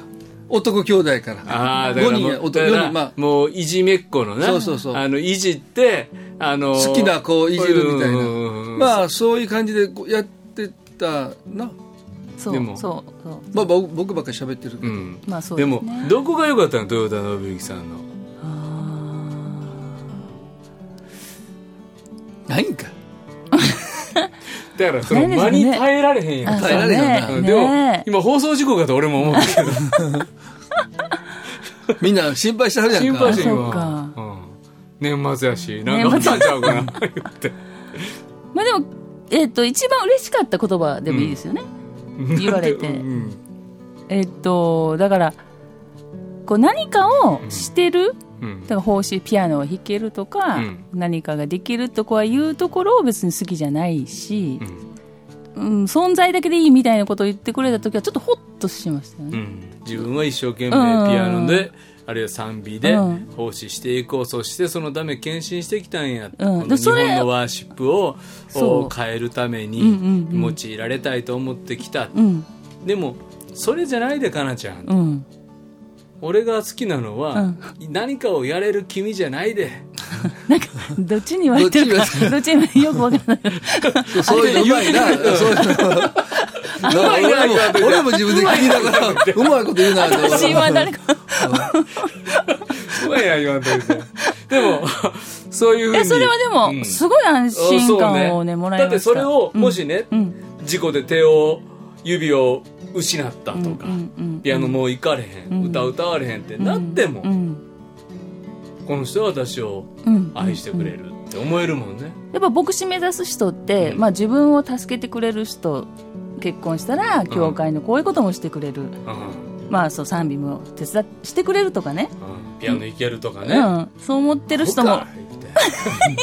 [SPEAKER 6] 男兄弟から
[SPEAKER 5] ああ、だか
[SPEAKER 6] 5
[SPEAKER 5] ら
[SPEAKER 6] 人
[SPEAKER 5] も
[SPEAKER 6] や
[SPEAKER 5] う、
[SPEAKER 6] 男
[SPEAKER 5] だ
[SPEAKER 6] 4
[SPEAKER 5] から
[SPEAKER 6] 人まあ
[SPEAKER 5] もういじめっ子のね。
[SPEAKER 6] そうそうそう
[SPEAKER 5] あの、いじって、あのー
[SPEAKER 6] 好きな子をいじるみたいな
[SPEAKER 5] うんうんうん
[SPEAKER 6] まあそういう感じでこうやってたな、
[SPEAKER 8] そ
[SPEAKER 5] で
[SPEAKER 8] う
[SPEAKER 5] も
[SPEAKER 8] そうそう
[SPEAKER 6] まあ、僕僕ばっかり喋ってるけ
[SPEAKER 5] う
[SPEAKER 6] ど、
[SPEAKER 5] ん。
[SPEAKER 8] まあそう
[SPEAKER 5] で
[SPEAKER 8] ですね
[SPEAKER 5] も、どこが良かったの豊田信之さんの。
[SPEAKER 6] ないんか
[SPEAKER 5] だから、その
[SPEAKER 8] 何です
[SPEAKER 5] 間
[SPEAKER 8] か
[SPEAKER 5] に
[SPEAKER 8] ね
[SPEAKER 5] 耐えられへんや
[SPEAKER 8] あ
[SPEAKER 5] ん。
[SPEAKER 6] 耐えられへんな
[SPEAKER 8] そう
[SPEAKER 5] うん
[SPEAKER 8] ね
[SPEAKER 5] でも
[SPEAKER 8] ね、
[SPEAKER 5] 今放送事故かと俺も
[SPEAKER 6] [LAUGHS]
[SPEAKER 5] 思うけど、
[SPEAKER 6] みんな [LAUGHS] 心配してはるやんか
[SPEAKER 5] 心配してる
[SPEAKER 8] そう
[SPEAKER 5] わ
[SPEAKER 8] か。
[SPEAKER 5] うん年末やし、なんかあったんちゃうかな、
[SPEAKER 8] [LAUGHS]
[SPEAKER 5] 言って。
[SPEAKER 8] まあでも、えっ、と、一番嬉しかった言葉でもいいですよね。言われて
[SPEAKER 5] うん
[SPEAKER 8] えっ、と、だから、こう何かをしてる、
[SPEAKER 5] うん
[SPEAKER 8] だから奉仕、ピアノを弾けるとか、
[SPEAKER 5] うん
[SPEAKER 8] 何かができるとかいうところを別に好きじゃないし、うん、存在だけでいいみたいなことを言ってくれた時はちょっとホッとしましたよ
[SPEAKER 5] う
[SPEAKER 8] ね。
[SPEAKER 5] ん自分は一生懸命
[SPEAKER 8] うん
[SPEAKER 5] ピアノで、あるいは賛美で
[SPEAKER 8] うん
[SPEAKER 5] 奉仕していこう、そしてそのため献身してきたんや、
[SPEAKER 8] うん
[SPEAKER 5] この
[SPEAKER 8] で
[SPEAKER 5] 日
[SPEAKER 8] それ
[SPEAKER 5] 本のワーシップを
[SPEAKER 8] そう
[SPEAKER 5] お変えるため
[SPEAKER 8] うん
[SPEAKER 5] に
[SPEAKER 8] うん
[SPEAKER 5] 用いられたいと思ってきた、
[SPEAKER 8] うん、
[SPEAKER 5] でもそれじゃないでかなちゃん、
[SPEAKER 8] うん、 [LAUGHS]
[SPEAKER 5] 俺が好きなのは、何かをやれる君じゃないで
[SPEAKER 8] なんか、どっちに言われてるか、どっちにもよくわからない。
[SPEAKER 6] そう [LAUGHS] そういうのうまいな [LAUGHS] そういうのなんか俺も俺も自分で聞きながら [LAUGHS] うまいこと言うなって
[SPEAKER 8] 私は誰か。
[SPEAKER 5] そうや言わんといて [LAUGHS] でもそういうふう
[SPEAKER 8] い
[SPEAKER 5] に
[SPEAKER 8] や、それはでも、
[SPEAKER 5] うん
[SPEAKER 8] すごい安心感をね、もらい
[SPEAKER 5] だ
[SPEAKER 8] ました。
[SPEAKER 5] ってそれをもしね、
[SPEAKER 8] うん、
[SPEAKER 5] 事故で手を指を失ったとか、
[SPEAKER 8] うん、うん、
[SPEAKER 5] ピアノもう行かれへん、
[SPEAKER 8] ん
[SPEAKER 5] 歌歌われへんってなっても、
[SPEAKER 8] うん、
[SPEAKER 5] この人は私を
[SPEAKER 8] うん。
[SPEAKER 5] 愛してくれるって思えるもんね、
[SPEAKER 8] やっぱ牧師目指す人って、
[SPEAKER 5] うん
[SPEAKER 8] まあ自分を助けてくれる人、結婚したら、教会のこういうこともしてくれる。
[SPEAKER 5] うん
[SPEAKER 8] まあそう、賛美も手伝ってしてくれるとかね。
[SPEAKER 5] うんピアノ行けるとかね、
[SPEAKER 8] うん。そう思ってる人
[SPEAKER 5] と
[SPEAKER 8] も
[SPEAKER 5] か。
[SPEAKER 8] [LAUGHS]
[SPEAKER 5] 言って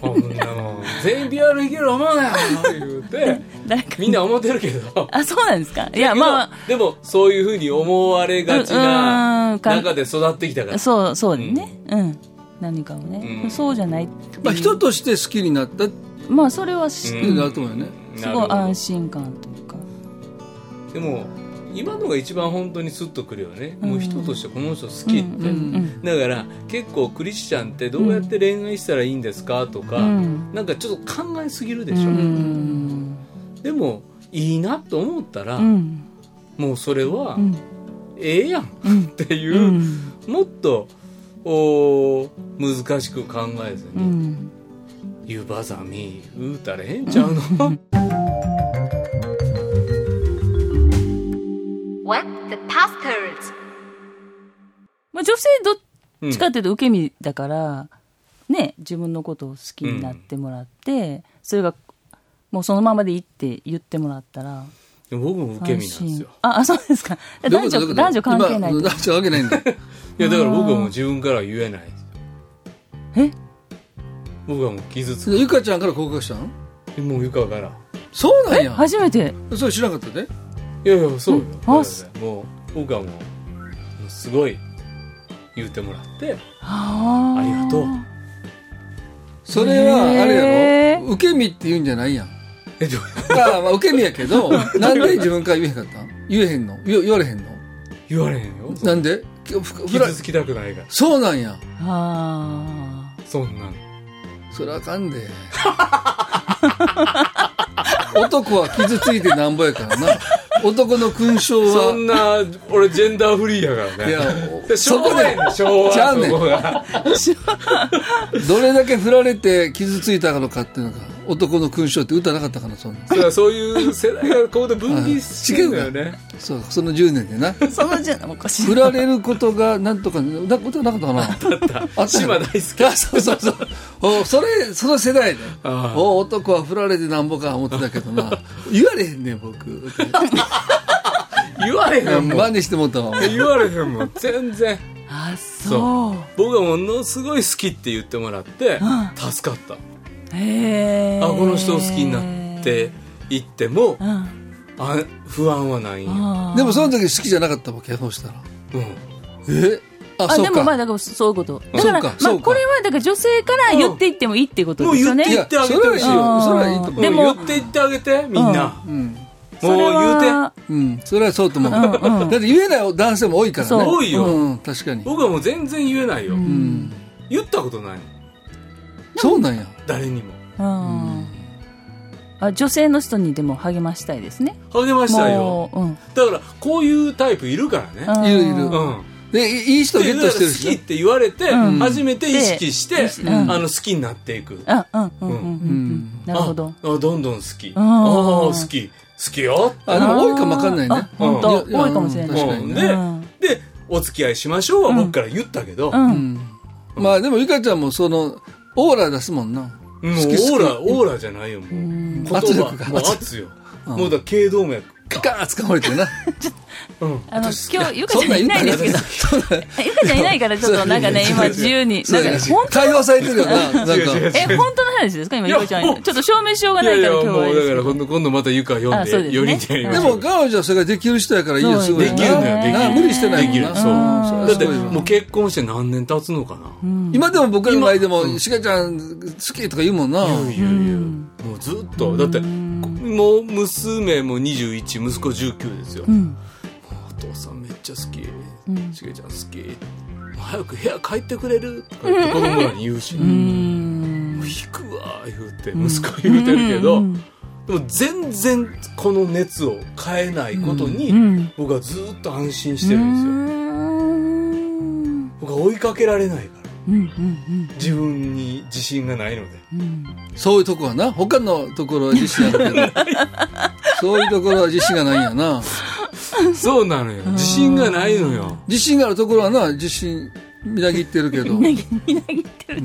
[SPEAKER 5] こんなの全員ピアノ弾ける思うなよ言うて
[SPEAKER 8] [LAUGHS] 誰か
[SPEAKER 5] みんな思ってるけど
[SPEAKER 8] あ、そうなんですか。いや、ま
[SPEAKER 5] でもそういうふうに思われがち
[SPEAKER 8] うんう
[SPEAKER 5] なん
[SPEAKER 8] か
[SPEAKER 5] 中で育ってきたか
[SPEAKER 8] あ、
[SPEAKER 5] ら
[SPEAKER 8] そう、そうだね。うん。何かをね、
[SPEAKER 5] うん
[SPEAKER 8] そうじゃない。
[SPEAKER 6] まあ人として好きになったって
[SPEAKER 8] まあそれはし、
[SPEAKER 5] うん
[SPEAKER 6] いうのあると思うよね、
[SPEAKER 8] す
[SPEAKER 5] なる
[SPEAKER 8] ご
[SPEAKER 5] ほ
[SPEAKER 8] い
[SPEAKER 5] ど
[SPEAKER 8] 安心感というか。
[SPEAKER 5] でも今のが一番本当にスッとくるよね、もう人としてこの人好きって、
[SPEAKER 8] うんうん
[SPEAKER 5] だから結構クリスチャンってどうやって恋愛したらいいんですかとか、
[SPEAKER 8] うん
[SPEAKER 5] なんかちょっと考えすぎるでしょ、
[SPEAKER 8] うん。
[SPEAKER 5] でもいいなと思ったら、
[SPEAKER 8] うん。
[SPEAKER 5] もうそれは
[SPEAKER 8] うん。
[SPEAKER 5] ええやんっていう、
[SPEAKER 8] うん。
[SPEAKER 5] もっとおー難しく考えず
[SPEAKER 8] う
[SPEAKER 5] に
[SPEAKER 8] ん。
[SPEAKER 5] 「湯葉ざみうたれへんちゃうの?」
[SPEAKER 2] What the pastors?
[SPEAKER 8] [LAUGHS] まあ女性どっちかっていうと受け身だから、ね、自分のことを好きになってもらって、それが、もうそのままでいいって言ってもらったら、
[SPEAKER 5] でも僕も受け身なんですよ。
[SPEAKER 8] あ、あそうですか。
[SPEAKER 6] どうい
[SPEAKER 8] 男
[SPEAKER 6] うことどういうこ
[SPEAKER 8] 女、
[SPEAKER 6] と
[SPEAKER 8] 男女関係ない
[SPEAKER 6] 今
[SPEAKER 8] と。
[SPEAKER 6] [LAUGHS] 男女関係ないんだよ。
[SPEAKER 5] いや、だから僕はもう自分からは言えないですよ。
[SPEAKER 8] え
[SPEAKER 5] 僕はもう傷つ
[SPEAKER 6] それゆかちゃんから告白したの
[SPEAKER 5] く。もうゆかから。
[SPEAKER 6] そうなんや。
[SPEAKER 8] 初めて。
[SPEAKER 6] それ知らなかったね。
[SPEAKER 5] いやいや、そうよ。
[SPEAKER 8] あ
[SPEAKER 5] だからもう、僕はもう、もうすごい言ってもらって、
[SPEAKER 8] あ
[SPEAKER 5] ありがとう。
[SPEAKER 6] それは、あれ
[SPEAKER 8] へ
[SPEAKER 6] やろ受け身って言うんじゃない
[SPEAKER 5] [LAUGHS]
[SPEAKER 6] やん。
[SPEAKER 5] え、どう
[SPEAKER 6] まあ、まあ受け身やけ
[SPEAKER 5] [LAUGHS]
[SPEAKER 6] ど、なんで自分から言えへんかったん言えへんの言言われへんの
[SPEAKER 5] 言われへんよ。そんな
[SPEAKER 6] なんでふふふら
[SPEAKER 5] 傷つきたくないから。
[SPEAKER 6] そうなんや。
[SPEAKER 8] ああ。
[SPEAKER 5] そんなん。
[SPEAKER 6] それあかん
[SPEAKER 5] [LAUGHS]
[SPEAKER 6] で。男は傷ついてなんぼやからな。男の勲章
[SPEAKER 5] そ
[SPEAKER 6] は、
[SPEAKER 5] んな、俺ジェンダーフリーやからね。
[SPEAKER 6] いや
[SPEAKER 5] で昭和やねん昭和
[SPEAKER 6] ちゃうねん
[SPEAKER 5] そこが
[SPEAKER 6] どれだけ振られて傷ついたのかっていうのが、男の勲章って歌なかったかな、そんなん
[SPEAKER 5] それはそういう世代がここで分離してるんだよね。
[SPEAKER 6] そう、その10年でな。
[SPEAKER 8] そのじゃ、おかしい
[SPEAKER 6] 振。られることがなんとかなことなかったかなあった
[SPEAKER 5] 島大好き
[SPEAKER 6] あそうそうそうおそれその世代で
[SPEAKER 5] ああ
[SPEAKER 6] お男は振られてなんぼか思ってたけどな言われへんねん僕
[SPEAKER 5] 言われへんもん。
[SPEAKER 6] 真似してもったわ
[SPEAKER 5] 言われへんもん。全然。
[SPEAKER 8] あ、そう。
[SPEAKER 5] 僕はものすごい好きって言ってもらって、助かった。
[SPEAKER 8] へえ。
[SPEAKER 5] あ、この人を好きになっていっても
[SPEAKER 8] う、ん。
[SPEAKER 5] あ不安はないんよ。
[SPEAKER 8] あー
[SPEAKER 6] でもその時好きじゃなかったわけやそうしたら
[SPEAKER 5] うん。
[SPEAKER 6] えあ
[SPEAKER 8] あ
[SPEAKER 6] そう
[SPEAKER 8] で
[SPEAKER 6] か
[SPEAKER 8] もまあだからそういうことだから
[SPEAKER 6] そうか
[SPEAKER 8] ま
[SPEAKER 6] そ
[SPEAKER 8] あ
[SPEAKER 6] うか
[SPEAKER 8] これはだから女性から言っていってもいいってことですよね
[SPEAKER 5] もう言ってあげてほしいよ
[SPEAKER 6] いやそれはいいよそれはいいと思う
[SPEAKER 8] でも
[SPEAKER 5] 言って言ってあげて、みんな。
[SPEAKER 6] うん
[SPEAKER 5] もう言うて。
[SPEAKER 8] う
[SPEAKER 6] うん、それはそうと思う、
[SPEAKER 8] うんうん
[SPEAKER 6] だって言えない男性も多いからね
[SPEAKER 8] そう
[SPEAKER 5] 多いよ
[SPEAKER 6] うん、確かに、
[SPEAKER 5] 僕はもう全然言えないよ。
[SPEAKER 6] うん、
[SPEAKER 5] 言ったことないもん
[SPEAKER 6] そうなんや
[SPEAKER 5] 誰にも。
[SPEAKER 8] んあ女性の人にでも励ましたいですね
[SPEAKER 5] 励ましたいよ。
[SPEAKER 8] もううん
[SPEAKER 5] だから、こういうタイプいるからね。
[SPEAKER 8] うん
[SPEAKER 6] いるいる
[SPEAKER 5] うん。
[SPEAKER 6] でいいい人ゲットしてるし
[SPEAKER 5] 好
[SPEAKER 6] ね
[SPEAKER 5] きって言われて、
[SPEAKER 8] うん
[SPEAKER 5] 初めて意識して、
[SPEAKER 8] うん
[SPEAKER 5] あの好きになっていく。
[SPEAKER 8] あうんうんうんう
[SPEAKER 6] う
[SPEAKER 8] んうん
[SPEAKER 6] ん
[SPEAKER 8] なるほど
[SPEAKER 5] ああどんどん好き。ああ、好き。好きよ。
[SPEAKER 6] あでも多いかもわかんないね
[SPEAKER 8] あ本当
[SPEAKER 6] うんや
[SPEAKER 8] 多いかもしれない
[SPEAKER 6] うん確かにね
[SPEAKER 5] で
[SPEAKER 8] うん
[SPEAKER 5] で、お付き合いしましょうは僕から言ったけど、
[SPEAKER 8] うん
[SPEAKER 6] まあでもゆかちゃんもそのオーラ出すもんな
[SPEAKER 5] もうオ
[SPEAKER 6] 好き好き
[SPEAKER 5] ーラ、オーラじゃないよ、もう。言葉
[SPEAKER 6] 圧力が
[SPEAKER 5] もう圧よ。もうだから、頸動脈。
[SPEAKER 6] ガーッ掴まれてな
[SPEAKER 5] うん。
[SPEAKER 8] あの今日ゆか
[SPEAKER 6] そん
[SPEAKER 8] ち
[SPEAKER 6] な
[SPEAKER 8] ゃ
[SPEAKER 6] ん
[SPEAKER 8] んい
[SPEAKER 6] 言
[SPEAKER 8] ないですけど
[SPEAKER 6] そんな
[SPEAKER 8] あゆかちゃんいないからちょっとなんかね今自由に
[SPEAKER 6] そ
[SPEAKER 8] な
[SPEAKER 6] うんやな
[SPEAKER 8] かほん
[SPEAKER 6] 解放されてるよななんか
[SPEAKER 5] [LAUGHS] 違う違う
[SPEAKER 8] え本当の話ですか今
[SPEAKER 5] い
[SPEAKER 8] ゆ
[SPEAKER 5] や
[SPEAKER 8] かちゃん
[SPEAKER 5] もう
[SPEAKER 8] ちょっと証明しようがないから今日はあ
[SPEAKER 5] も
[SPEAKER 8] れで
[SPEAKER 5] う
[SPEAKER 8] す
[SPEAKER 5] だ
[SPEAKER 8] け
[SPEAKER 5] か
[SPEAKER 8] ど
[SPEAKER 5] ら今度、今度またゆか読ん
[SPEAKER 8] あそう
[SPEAKER 5] で、
[SPEAKER 8] ですね
[SPEAKER 5] 4人でやりま
[SPEAKER 6] で
[SPEAKER 5] しょ
[SPEAKER 6] も
[SPEAKER 5] う。
[SPEAKER 6] 彼女はそれができる人やから今すごい
[SPEAKER 8] そう
[SPEAKER 5] できるの
[SPEAKER 8] ね
[SPEAKER 5] よ、できる
[SPEAKER 6] な無理してない
[SPEAKER 5] できる
[SPEAKER 6] もん
[SPEAKER 5] そ
[SPEAKER 6] な
[SPEAKER 5] う。
[SPEAKER 8] うん
[SPEAKER 5] だって、
[SPEAKER 6] すごいわ
[SPEAKER 5] もう結婚して何年経つのかな。
[SPEAKER 6] 今でも僕らの前でも「しかちゃん好き」とか言うもんな
[SPEAKER 5] もうずっとだってもう娘も21息子19ですよ、
[SPEAKER 8] うん
[SPEAKER 5] お父さんめっちゃ好き、しげちゃん好きもう早く部屋帰ってくれるとか言って子供らに言うし、
[SPEAKER 8] うん
[SPEAKER 5] もう引くわ言うて息子言うてるけど、でも全然この熱を変えないことに、
[SPEAKER 8] うん
[SPEAKER 5] 僕はずっと安心してるんですよ、僕は追いかけられないから
[SPEAKER 8] うんうん
[SPEAKER 5] 自分に自信がないので
[SPEAKER 8] うんうん
[SPEAKER 6] そういうとこはな他のところは自信ある
[SPEAKER 5] [LAUGHS]
[SPEAKER 6] けどそういうところは自信がないんやな
[SPEAKER 5] そうなのよ自信がないのよ
[SPEAKER 6] 自信があるところはな自信みなぎってる [LAUGHS] けど
[SPEAKER 8] みなぎってる。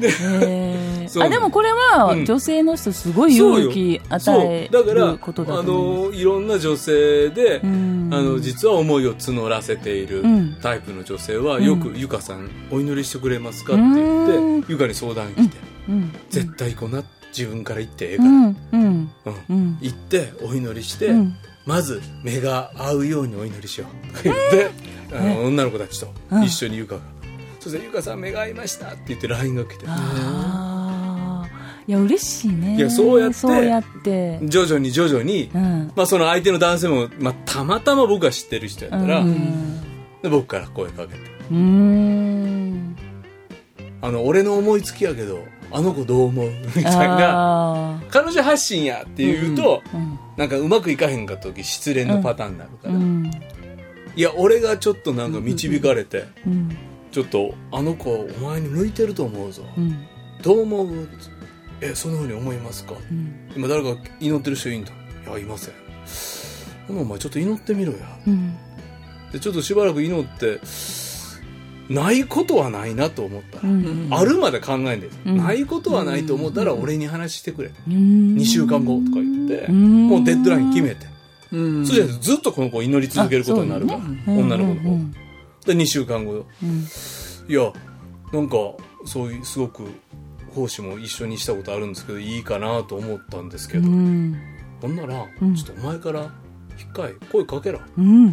[SPEAKER 8] へー
[SPEAKER 5] そう
[SPEAKER 8] あでもこれは女性の人すごい勇気与え
[SPEAKER 5] そうだから
[SPEAKER 8] ることだ
[SPEAKER 5] あ
[SPEAKER 8] と思う。
[SPEAKER 5] のいろんな女性で、
[SPEAKER 8] ん
[SPEAKER 5] あの実は思いを募らせている
[SPEAKER 8] ん
[SPEAKER 5] タイプの女性は、よく「ゆかさんお祈りしてくれますか?」って言って、
[SPEAKER 8] うん
[SPEAKER 5] ゆかに相談来て、
[SPEAKER 8] うん
[SPEAKER 5] 絶対こうな自分から言ってええか
[SPEAKER 8] う
[SPEAKER 5] ら、
[SPEAKER 8] んうん
[SPEAKER 5] うん
[SPEAKER 8] うん
[SPEAKER 5] 行ってお祈りして、
[SPEAKER 8] ん
[SPEAKER 5] まず目が合うようにお祈りしようとか言って、あの女の子たちと一緒にゆかが、そして「ゆかさん目が合いました」って言って LINE が来て。
[SPEAKER 8] あーいや嬉しいね。
[SPEAKER 5] いやそうやって
[SPEAKER 8] そうやって
[SPEAKER 5] 徐々に徐々に、
[SPEAKER 8] うん
[SPEAKER 5] まあ、その相手の男性も、まあ、たまたま僕が知ってる人やったら、で僕から声かけて
[SPEAKER 8] うーん
[SPEAKER 5] 「あの俺の思いつきやけどあの子どう思う?」みたいな
[SPEAKER 8] あ
[SPEAKER 5] 「彼女発信や」って言うと、
[SPEAKER 8] ーうん
[SPEAKER 5] なんかうまくいかへんかった時失恋のパターンになるから、
[SPEAKER 8] うん
[SPEAKER 5] いや俺がちょっとなんか導かれて、
[SPEAKER 8] うん
[SPEAKER 5] ちょっとあの子お前に向いてると思うぞ、
[SPEAKER 8] うん
[SPEAKER 5] どう思う?」えそんなふうに思いますか?」
[SPEAKER 8] ん
[SPEAKER 5] 今誰か祈ってる人いいんだ」「いやいません」「ほなお前ちょっと祈ってみろや」
[SPEAKER 8] うん
[SPEAKER 5] でちょっとしばらく祈ってないことはないなと思ったら、あるまで考えんで、ないことはないと思ったら俺に話してくれ、
[SPEAKER 8] うん
[SPEAKER 5] 2週間後とか言って、
[SPEAKER 8] ん
[SPEAKER 5] もうデッドライン決めて、
[SPEAKER 6] うん
[SPEAKER 5] そうじゃないとずっとこの子を祈り続けることになるから、
[SPEAKER 8] あ
[SPEAKER 5] 女の子の方、
[SPEAKER 8] うんうん
[SPEAKER 5] で2週間後、
[SPEAKER 8] ん
[SPEAKER 5] いやなんかそういうすごく講師も一緒にしたことあるんですけどいいかなと思ったんですけど、
[SPEAKER 8] うん
[SPEAKER 5] ほんなら、ちょっとお前から一回声かけろ
[SPEAKER 8] うん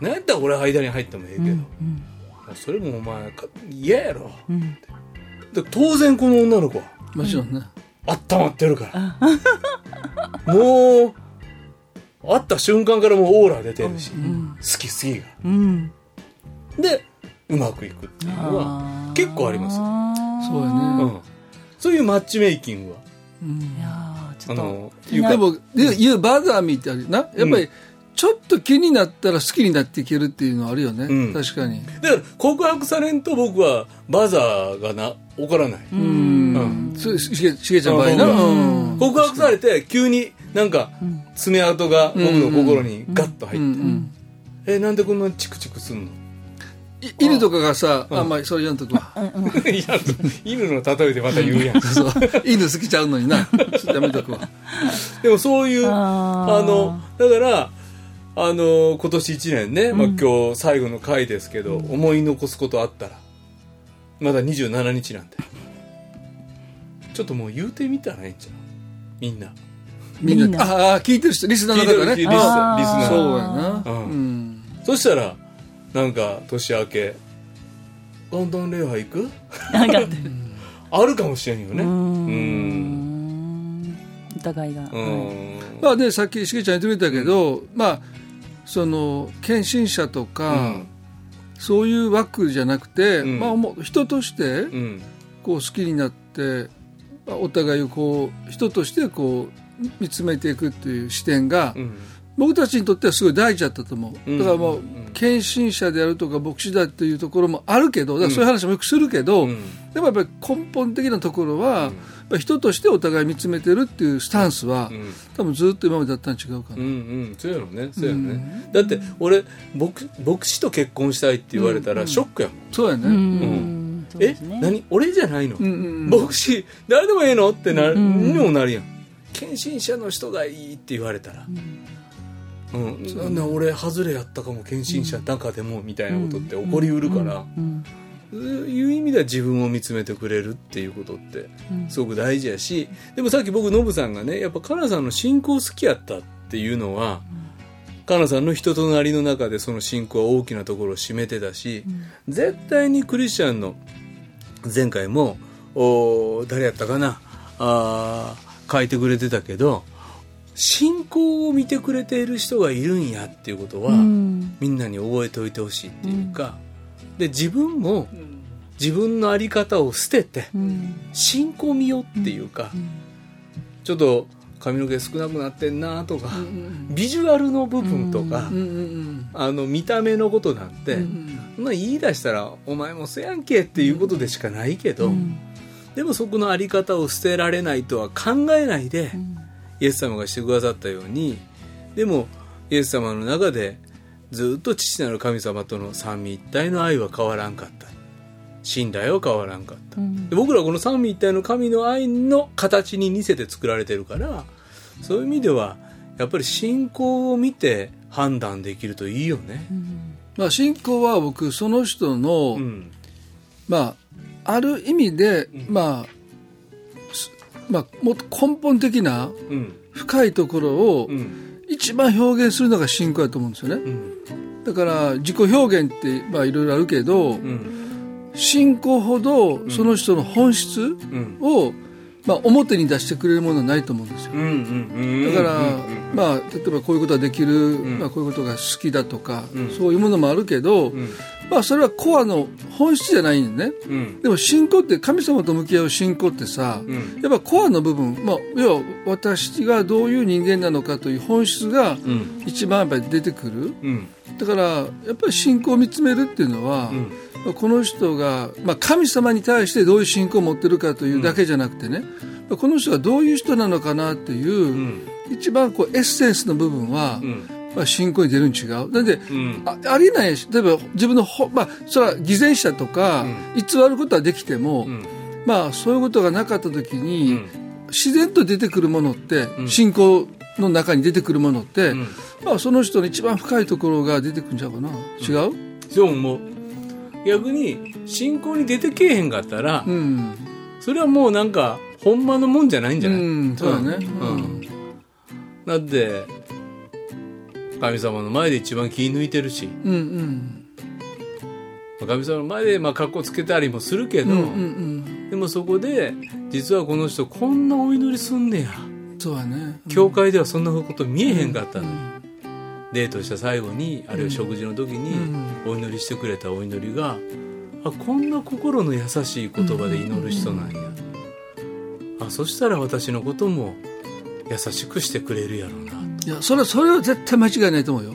[SPEAKER 5] なんやったら俺間に入ってもええけど、それもお前か嫌やろ、で当然この女の子は
[SPEAKER 6] もちろんね。
[SPEAKER 5] 温まってるから。 [LAUGHS] もう、会った瞬間からもうオーラ出てるし、好きすぎが。
[SPEAKER 8] うん
[SPEAKER 5] で、うまくいくっていうのは結構ありますよ。
[SPEAKER 6] そうや
[SPEAKER 5] う
[SPEAKER 6] ね。
[SPEAKER 5] ん。そういうマッチメイキングは、
[SPEAKER 8] いやーちょ
[SPEAKER 5] あ
[SPEAKER 8] っと
[SPEAKER 5] の、
[SPEAKER 8] いや
[SPEAKER 6] でも、で言うバザーみたいな、やっぱ
[SPEAKER 5] う
[SPEAKER 6] り、ちょっと気になったら好きになっていけるっていうのはあるよね。
[SPEAKER 5] うん
[SPEAKER 6] 確かに。
[SPEAKER 5] だから告白されんと僕はバザーがな、起こらない。
[SPEAKER 6] うん。
[SPEAKER 5] うん
[SPEAKER 6] そうしげしげちゃんの場合な。
[SPEAKER 5] う
[SPEAKER 6] うん。
[SPEAKER 5] 告白されて急になんか爪痕が僕の心にガッと入
[SPEAKER 6] う
[SPEAKER 5] って、
[SPEAKER 6] ん
[SPEAKER 5] え、なんでこんなチクチクすんの [LAUGHS]
[SPEAKER 6] い犬とかがさ、あんまりそれやんとこは。
[SPEAKER 5] いや、犬の例えでまた言うやん。
[SPEAKER 6] [LAUGHS] そう。犬好きちゃうのにな。ちょっとやめとくわ。
[SPEAKER 5] でもそういう、
[SPEAKER 8] あー
[SPEAKER 5] あの、だから、あの、今年一年ね、まあ今日最後の回ですけど、思い残すことあったら、まだ27日なんで。ちょっともう言うてみたらええんちゃうみんな。
[SPEAKER 6] み
[SPEAKER 8] み
[SPEAKER 6] ん
[SPEAKER 8] ん
[SPEAKER 6] な。
[SPEAKER 8] な
[SPEAKER 6] ああー、聞いてる人、リスナー
[SPEAKER 5] 聞
[SPEAKER 6] の
[SPEAKER 5] いて
[SPEAKER 6] 方
[SPEAKER 5] る
[SPEAKER 6] が
[SPEAKER 5] 聞いてるリス
[SPEAKER 6] ね。
[SPEAKER 5] リス
[SPEAKER 8] あー
[SPEAKER 5] ナ
[SPEAKER 6] そう
[SPEAKER 5] ー。
[SPEAKER 6] やな。
[SPEAKER 5] うん
[SPEAKER 6] うん。
[SPEAKER 5] そしたら、なんか年明け、元旦礼拝行く
[SPEAKER 8] なんかあった
[SPEAKER 5] あるかもしれんよね。う
[SPEAKER 8] うん
[SPEAKER 5] ん。
[SPEAKER 8] 疑いが
[SPEAKER 5] うん。
[SPEAKER 6] まあ、でさっきしげちゃん言ってくれたけど、まあその献身者とか、そういう枠じゃなくて、
[SPEAKER 5] うん
[SPEAKER 6] まあ、もう人として
[SPEAKER 5] うん。
[SPEAKER 6] こう好きになって、まあ、お互いをこう人としてこう見つめていくっていう視点が、
[SPEAKER 5] うん。
[SPEAKER 6] 僕たちにとってはすごい大事だったと思う、
[SPEAKER 5] うん
[SPEAKER 6] だからもう、
[SPEAKER 5] うん
[SPEAKER 6] 献身者であるとか牧師だっていうところもあるけどだからそういう話もよくするけど、
[SPEAKER 5] うん。
[SPEAKER 6] でもやっぱり根本的なところは、やっぱり人としてお互い見つめてるっていうスタンスは、
[SPEAKER 5] うん
[SPEAKER 6] 多分ずっと今までだったん違うかな
[SPEAKER 5] うんうんそうやろねそうやろね、だって俺牧牧師と結婚したいって言われたらショックやもん、
[SPEAKER 6] そうやね、
[SPEAKER 8] うんそう
[SPEAKER 5] え
[SPEAKER 8] ですね
[SPEAKER 5] 何俺じゃないの、
[SPEAKER 6] うんうん
[SPEAKER 5] 牧師誰でもええのってな、にもなるやん献身者の人がいいって言われたら、うんなんだ俺外れやったかも献身者中でもみたいなことって起こりうるから、
[SPEAKER 8] うん
[SPEAKER 5] そういう意味では自分を見つめてくれるっていうことって
[SPEAKER 8] うん
[SPEAKER 5] すごく大事やし、でもさっき僕ノブさんがねやっぱカナさんの信仰好きやったっていうのは、カナさんの人となりの中でその信仰は大きなところを占めてたし、絶対にクリスチャンの前回もおー誰やったかなあー書いてくれてたけど信仰を見てくれている人がいるんやっていうことは、
[SPEAKER 8] うん
[SPEAKER 5] みんなに覚えておいてほしいっていうか、で自分も自分の在り方を捨てて
[SPEAKER 8] うん
[SPEAKER 5] 信仰見ようっていうか、ちょっと髪の毛少なくなってんなとか、ビジュアルの部分とか、
[SPEAKER 6] うんうん
[SPEAKER 5] あの見た目のことなんて、まあ言い出したら「お前もせやんけ」っていうことでしかないけど、でもそこの在り方を捨てられないとは考えないで、イエス様がしてくださったようにでもイエス様の中でずっと父なる神様との三位一体の愛は変わらんかった信頼は変わらんかった、で僕らはこの三位一体の神の愛の形に似せて作られてるからそういう意味ではやっぱり信仰を見て判断できるといいよね。
[SPEAKER 6] まあ、信仰は僕その人の、
[SPEAKER 5] うん
[SPEAKER 6] まあ、ある意味で、まあすまあ、もっと根本的な
[SPEAKER 5] うん
[SPEAKER 6] 深いところを
[SPEAKER 5] うん
[SPEAKER 6] 一番表現するのが信仰だと思うんですよ
[SPEAKER 5] う
[SPEAKER 6] ね
[SPEAKER 5] ん
[SPEAKER 6] だから自己表現って、まあ、いろいろあるけど、
[SPEAKER 5] うん
[SPEAKER 6] 信仰ほどその人の本質
[SPEAKER 5] うん
[SPEAKER 6] を、まあ、表に出してくれるものはないと思うんですよ
[SPEAKER 5] うんうんうん
[SPEAKER 6] だから、
[SPEAKER 5] うん
[SPEAKER 6] まあ、例えばこういうことができる、
[SPEAKER 5] ん
[SPEAKER 6] まあ、こういうことが好きだとか、
[SPEAKER 5] ん
[SPEAKER 6] そういうものもあるけど、
[SPEAKER 5] ん
[SPEAKER 6] まあ、それはコアの本質じゃないんでね
[SPEAKER 5] うん
[SPEAKER 6] でも信仰って神様と向き合う信仰ってさ、
[SPEAKER 5] ん
[SPEAKER 6] やっぱコアの部分、まあ、要は私がどういう人間なのかという本質が
[SPEAKER 5] うん
[SPEAKER 6] 一番やっぱり出てくる
[SPEAKER 5] うん
[SPEAKER 6] だからやっぱり信仰を見つめるっていうのは、
[SPEAKER 5] ん
[SPEAKER 6] まあこの人が、まあ、神様に対してどういう信仰を持ってるかというだけじゃなくてね、まあこの人がどういう人なのかなっていう、
[SPEAKER 5] うん
[SPEAKER 6] 一番こうエッセンスの部分は、
[SPEAKER 5] うん
[SPEAKER 6] まあ、信仰に出るに違う。なんで、あありえないし、例えば自分のほ、まあ、それは偽善者とか、偽ることはできても、まあ、そういうことがなかった時に、自然と出てくるものって、信仰の中に出てくるものって、まあ、その人の一番深いところが出てくるんちゃうかな。違う
[SPEAKER 5] そう思う逆に信仰に出てけえへんかったら、
[SPEAKER 6] うん。
[SPEAKER 5] それはもうなんかほんまのもんじゃないんじゃ
[SPEAKER 6] う
[SPEAKER 5] ない、
[SPEAKER 6] ん、そうだね。
[SPEAKER 5] うんだって神様の前で一番気抜いてるし
[SPEAKER 6] うん、うん。
[SPEAKER 5] 神様の前でまあ格好つけたりもするけど、
[SPEAKER 6] うん、うん、
[SPEAKER 5] でもそこで実はこの人こんなお祈りすんねや
[SPEAKER 6] うん。そうだね。
[SPEAKER 5] 教会ではそんなこと見えへんかったのに、デートした最後にあるいは食事の時にお祈りしてくれたお祈りがあこんな心の優しい言葉で祈る人なんや、あそしたら私のことも優しくしてくれるやろうな
[SPEAKER 6] い
[SPEAKER 5] と、
[SPEAKER 6] や、それは、それは絶対間違いないと思うよ。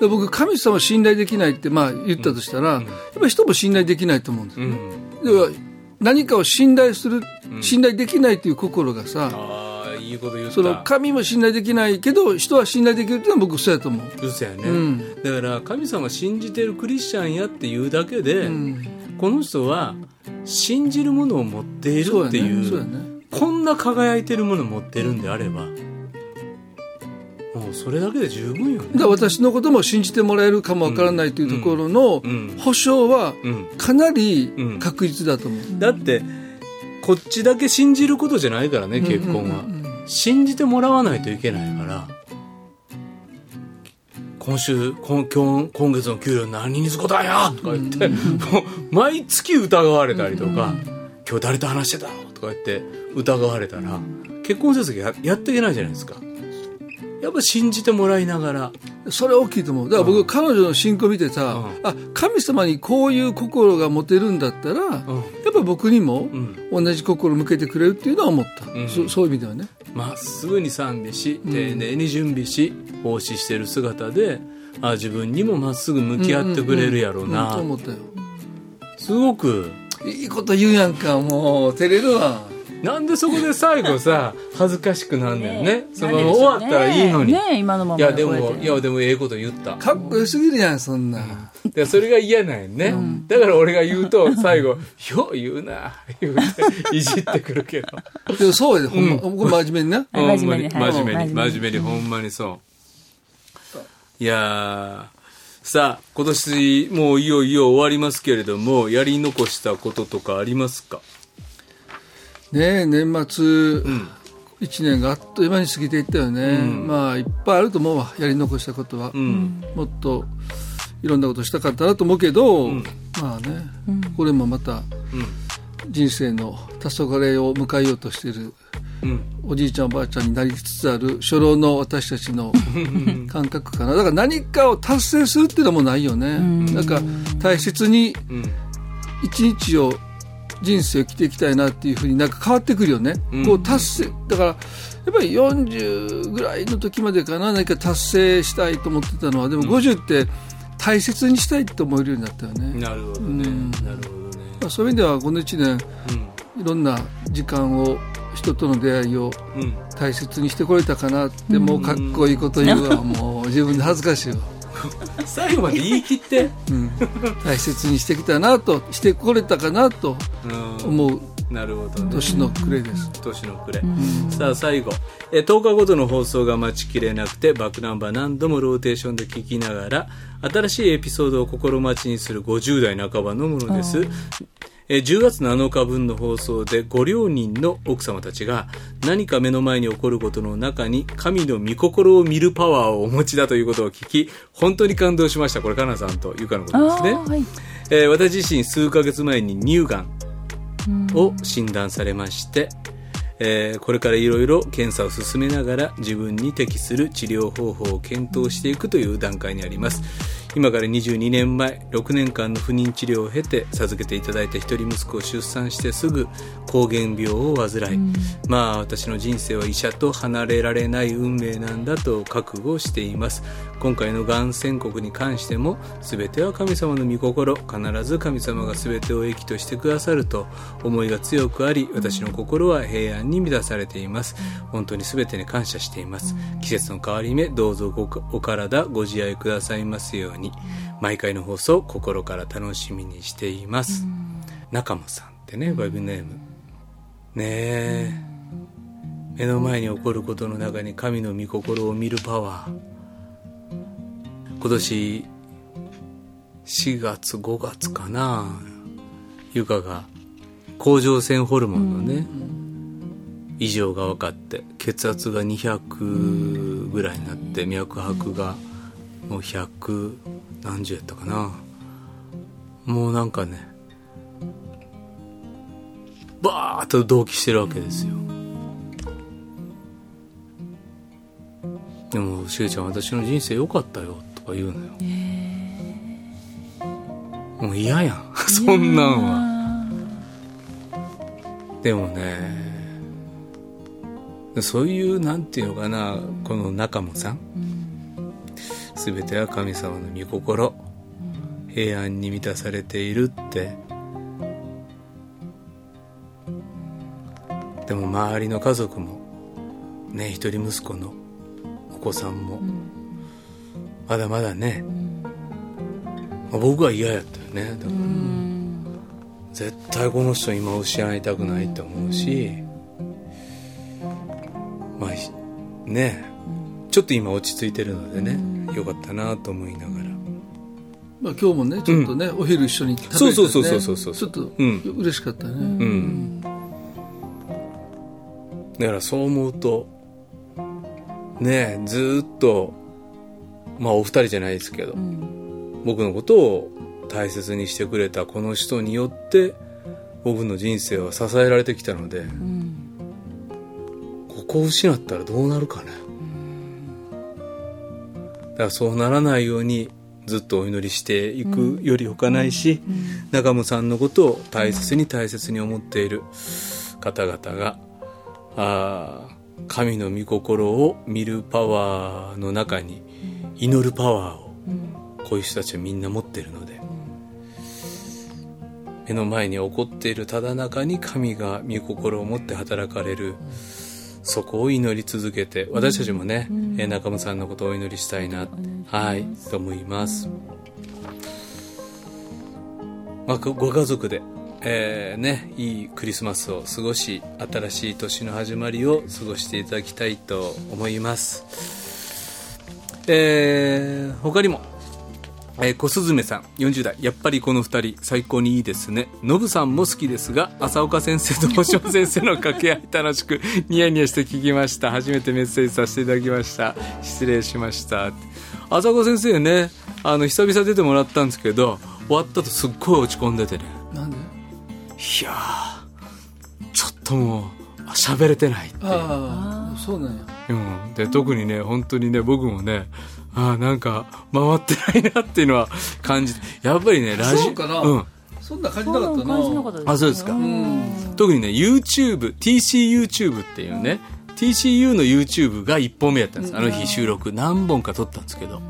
[SPEAKER 6] で僕、神様を信頼できないって、まあ、言ったとしたら、やっぱり人も信頼できないと思うんです
[SPEAKER 5] う
[SPEAKER 6] よ。
[SPEAKER 5] ん、
[SPEAKER 6] 要は何かを信頼する、信頼できないという心がさ、
[SPEAKER 5] ああいいこと言った
[SPEAKER 6] その神も信頼できないけど、人は信頼できるっていうのは僕、そうやと思う。
[SPEAKER 5] 嘘やね、
[SPEAKER 6] うん
[SPEAKER 5] だから神様信じてるクリスチャンやっていうだけで、
[SPEAKER 6] うん、
[SPEAKER 5] この人は信じるものを持ってい
[SPEAKER 6] そう
[SPEAKER 5] る
[SPEAKER 6] や
[SPEAKER 5] ってい
[SPEAKER 6] ね。
[SPEAKER 5] う
[SPEAKER 6] そうやね。
[SPEAKER 5] こんな輝いてるもの持ってるんであればもうそれだけで十分よ
[SPEAKER 6] だか
[SPEAKER 5] ね
[SPEAKER 6] ら私のことも信じてもらえるかもわからないというところの
[SPEAKER 5] うんうん
[SPEAKER 6] 保証は
[SPEAKER 5] うん
[SPEAKER 6] かなり
[SPEAKER 5] うん
[SPEAKER 6] 確実だと思う。
[SPEAKER 5] だってこっちだけ信じることじゃないからね結婚は、信じてもらわないといけないから今週今今今月の給料何に使たんやとか言って、もう毎月疑われたりとか、今日誰と話してたのとか言って疑われたら結婚成績ややっていけないじゃないですかやっぱ信じてもらいながら
[SPEAKER 6] それ大きいと思う。だから僕、彼女の信仰見てさ、
[SPEAKER 5] う
[SPEAKER 6] あ、神様にこういう心が持てるんだったら、やっぱ僕にも
[SPEAKER 5] ん
[SPEAKER 6] 同じ心を向けてくれるっていうのは思った。
[SPEAKER 5] ん
[SPEAKER 6] そそういう意味ではね。
[SPEAKER 5] まっすぐに賛美し丁寧に準備し奉仕してる姿であ自分にもまっすぐ向き合ってくれるやろうな、
[SPEAKER 6] うんと思った
[SPEAKER 5] すごく
[SPEAKER 6] よ。いいこと言うやんか、もう、照れるわ。
[SPEAKER 5] なんでそこで最後さ恥ずかしくなんだよねその
[SPEAKER 8] なんででし
[SPEAKER 5] 終
[SPEAKER 8] ょ
[SPEAKER 5] わ
[SPEAKER 8] うね
[SPEAKER 5] ったらいいのに、
[SPEAKER 8] ねえ今のまま
[SPEAKER 5] いやでも
[SPEAKER 8] こ
[SPEAKER 5] いやでもええこと言った
[SPEAKER 6] かっこよすぎるやん、そんな。
[SPEAKER 5] でそれが嫌なんやね、だから俺が言うと最後 [LAUGHS] 「よう言うな」言うていじってくるけど
[SPEAKER 6] でもそうやで、ほんま。僕真面目にな。
[SPEAKER 8] うやってはい
[SPEAKER 5] ほんまに真面目に
[SPEAKER 8] はい
[SPEAKER 5] 真面目にほんまにそういやーさあ今年もういよいよ終わりますけれどもやり残したこととかありますか
[SPEAKER 6] ねえ年末、一年があっという間に過ぎていったよね、まあいっぱいあると思うわやり残したことは、もっといろんなことしたかったなと思うけど、まあね、これもまた、人生の黄昏を迎えようとしている、おじいちゃんおばあちゃんになりつつある初老の私たちの感覚かなだから何かを達成するっていうのもないよね、なんか大切に一日を人生を生きていきたいなっていうふうになんか変わってくるよね、こう達成だからやっぱり40ぐらいの時までかな何か達成したいと思ってたのはでも50って大切にしたいと思えるようになったよね、ま
[SPEAKER 5] なるほどねなるほどね
[SPEAKER 6] あ、そういう意味ではこの1年、いろんな時間を人との出会いを
[SPEAKER 5] うん
[SPEAKER 6] 大切にしてこれたかなって、もうかっこいいこと言うわもう自分で恥ずかしいわ
[SPEAKER 5] 最後まで言い切って
[SPEAKER 6] 大切にしてきたなとしてこれたかなと
[SPEAKER 5] う
[SPEAKER 6] 思うん
[SPEAKER 5] なるほどね
[SPEAKER 6] 年の暮れです、
[SPEAKER 5] 年の暮れ、さあ最後えー10日ごとの放送が待ちきれなくてバックナンバー何度もローテーションで聞きながら新しいエピソードを心待ちにする50代半ばのものですえー10月7日分の放送でご両人の奥様たちが何か目の前に起こることの中に神の御心を見るパワーをお持ちだということを聞き本当に感動しましたこれかなさんとゆかのこ
[SPEAKER 8] あ
[SPEAKER 5] とです
[SPEAKER 8] ー
[SPEAKER 5] ね
[SPEAKER 8] はい
[SPEAKER 5] えー私自身数ヶ月前に乳がんを診断されまして、えーこれからいろいろ検査を進めながら自分に適する治療方法を検討していくという段階にあります今から22年前6年間の不妊治療を経て授けていただいた一人息子を出産してすぐ膠原病を患い、まあ私の人生は医者と離れられない運命なんだと覚悟しています今回のがん宣告に関しても全ては神様の御心必ず神様が全てを益としてくださると思いが強くあり私の心は平安に満たされています本当に全てに感謝しています季節の変わり目どうぞごお体ご自愛くださいますように毎回の放送心から楽しみにしています中間さんってねバイブネームねえ目の前に起こることの中に神の御心を見るパワー今年4月5月かな由香が甲状腺ホルモンのね、異常が分かって血圧が200ぐらいになって脈拍がもう100何十やったかなもうなんかねバーッと同期してるわけですよでも「しげちゃん私の人生良かったよ」とか言うのよもう嫌やん [LAUGHS] そんなんはでもねそういうなんていうのかなこの中もさん全ては神様の御心平安に満たされているってでも周りの家族もね一人息子のお子さんも、まだまだね、まあ僕は嫌やったよねだから絶対この人今失いたくないと思うし、まあひねちょっと今落ち着いてるのでね、よかったなと思いながら
[SPEAKER 6] まあ、今日もね、ちょっとね、お昼一緒に食べて、ね、
[SPEAKER 5] そうそうそうそうそう
[SPEAKER 6] ちょっと、
[SPEAKER 5] うん
[SPEAKER 6] 嬉しかったね、
[SPEAKER 5] うんだからそう思うとねえずーっとまあお二人じゃないですけど、僕のことを大切にしてくれたこの人によって僕の人生は支えられてきたので、ここを失ったらどうなるかね、だからそうならないようにずっとお祈りしていくよりほかないし、中村さんのことを大切に大切に思っている方々があー神の御心を見るパワーの中に祈るパワーをこういう人たちはみんな持ってるので目の前に起こっているただ中に神が御心を持って働かれるそこを祈り続けて私たちもね、えー中村さんのことをお祈りしたいなはいと思います、まあ、ごご家族で、えーね、いいクリスマスを過ごし新しい年の始まりを過ごしていただきたいと思います、えー他にもえー、小雀さん40代やっぱりこの2人最高にいいですねノブさんも好きですが浅岡先生と星野先生の掛け合い楽しく [LAUGHS] ニヤニヤして聞きました初めてメッセージさせていただきました失礼しました浅岡先生ねあの久々出てもらったんですけど終わったとすっごい落ち込んでてね
[SPEAKER 6] なんで
[SPEAKER 5] いやーちょっともうあ喋れてないっていう
[SPEAKER 6] ああそうなんや
[SPEAKER 5] うん、で特にね本当にね僕もねああなんか回ってないなっていうのは感じてやっぱりねラジ
[SPEAKER 6] そうかな
[SPEAKER 5] うん、
[SPEAKER 6] そんな感じ
[SPEAKER 8] そ
[SPEAKER 6] なんかっ
[SPEAKER 8] なの
[SPEAKER 6] たな
[SPEAKER 8] 感じなかったです
[SPEAKER 5] あそうですか
[SPEAKER 8] ん
[SPEAKER 5] 特にね YouTubeTCYouTube っていうね TCU の YouTube が1本目やったんですあの日収録何本か撮ったんですけど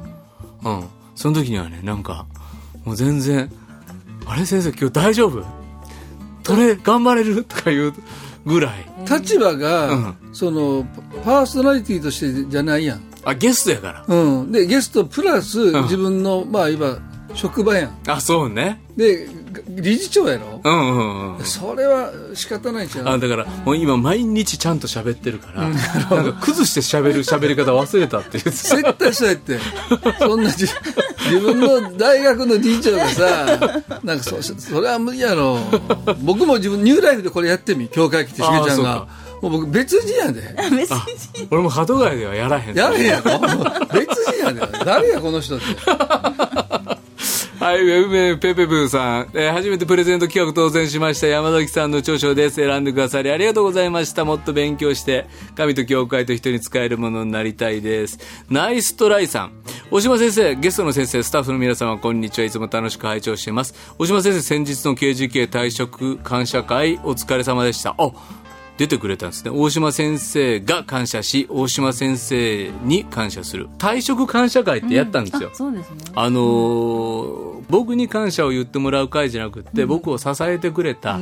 [SPEAKER 5] うんその時にはねなんかもう全然「あれ先生今日大丈夫撮れ頑張れる?」とか言うぐらい
[SPEAKER 6] 立場が、
[SPEAKER 5] うん
[SPEAKER 6] そのパーソナリティとしてじゃないやん、
[SPEAKER 5] あゲストやか
[SPEAKER 6] うん、でゲストプラス、
[SPEAKER 5] ん
[SPEAKER 6] 自分のまあ今職場やん
[SPEAKER 5] らあそうね
[SPEAKER 6] で理事長やろ、
[SPEAKER 5] うんうんうん
[SPEAKER 6] それは仕方ないじゃん
[SPEAKER 5] あだからもう今毎日ちゃんと喋ってるから、なんか崩して喋る喋り方忘れたっていう
[SPEAKER 6] 絶対そうやってそんなじ自分の大学の理事長がさなんかそそれは無理やろ僕も自分ニューライフでこれやってみ教会来てしげち
[SPEAKER 5] あ
[SPEAKER 6] ゃ
[SPEAKER 5] ー
[SPEAKER 6] ん
[SPEAKER 5] そう
[SPEAKER 6] が
[SPEAKER 5] か
[SPEAKER 6] もう僕別人やで
[SPEAKER 8] メッセー
[SPEAKER 5] 俺も鳩ヶ谷ではやらへん
[SPEAKER 6] やれへんやろ別人やで誰やこの人って
[SPEAKER 5] [LAUGHS] はい、ウェブメールペペブーさん、えー初めてプレゼント企画当選しました山崎さんの著書です。選んでくださりありがとうございました。もっと勉強して、神と教会と人に使えるものになりたいです。ナイストライさん。大島先生、ゲストの先生、スタッフの皆様、こんにちは。いつも楽しく拝聴しています。大島先生、先日の KGK 退職感謝会、お疲れ様でした。あ出てくれたんですね大島先生が感謝し大島先生に感謝する退職感謝会ってやったんですよ、
[SPEAKER 8] あそうですね
[SPEAKER 5] あのー僕に感謝を言ってもらう会じゃなくって、僕を支えてくれた、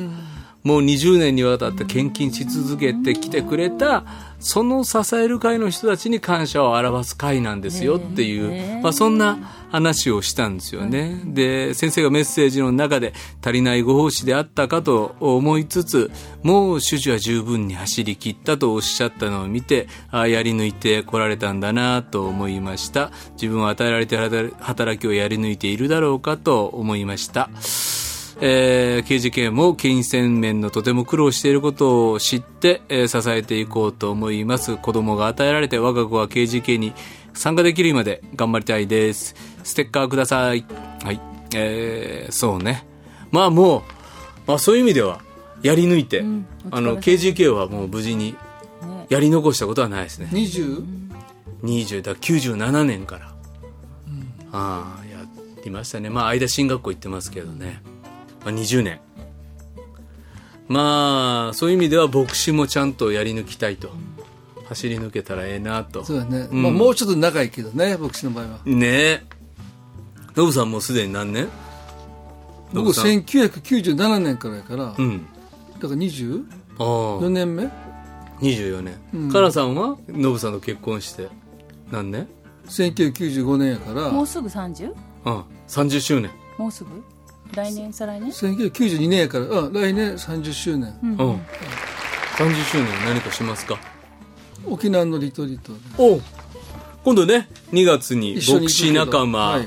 [SPEAKER 5] もう20年にわたって献金し続けてきてくれた、その支える会の人たちに感謝を表す会なんですよっていう、まあ、そんな話をしたんですよね。で、先生がメッセージの中で足りないご奉仕であったかと思いつつ、もう主事は十分に走り切ったとおっしゃったのを見て、ああ、やり抜いてこられたんだなと思いました。自分は与えられて働働きをやり抜いているだろうかと思いました。えー、KGK も金銭面のとても苦労していることを知って、えー支えていこうと思います。子供が与えられて我が子は KGK に参加できるまで頑張りたいです。ステッカーください。はい。えー、そうね。まあもう、まあそういう意味では、やり抜いて、あの、KGK はもう無事に
[SPEAKER 8] ね、
[SPEAKER 5] やり残したことはないですね。
[SPEAKER 6] 20?
[SPEAKER 5] 20だ97年から、ああやりましたねまあ間進学校行ってますけどね、まあ、20年まあそういう意味では牧師もちゃんとやり抜きたいと走り抜けたらええなと
[SPEAKER 6] そうだね、
[SPEAKER 5] ん
[SPEAKER 6] まあ、もうちょっと長いけどね牧師の場合は
[SPEAKER 5] ねえノブさんもうすでに何年ノ
[SPEAKER 6] 僕
[SPEAKER 5] ブさん
[SPEAKER 6] 1997年からやから、
[SPEAKER 5] うん
[SPEAKER 6] だから24
[SPEAKER 5] ああ
[SPEAKER 6] 年目
[SPEAKER 5] 24年、カナさんはノブさんと結婚して何年
[SPEAKER 6] 1995年やから
[SPEAKER 8] もうすぐ 30?
[SPEAKER 5] うん30周年
[SPEAKER 8] もうすぐ来年再来年
[SPEAKER 6] 1992年やからあ来年30周年、
[SPEAKER 5] うん、30周年何かしますか
[SPEAKER 6] 沖縄のリトリートで
[SPEAKER 5] おう今度ね2月に牧師仲間
[SPEAKER 6] 一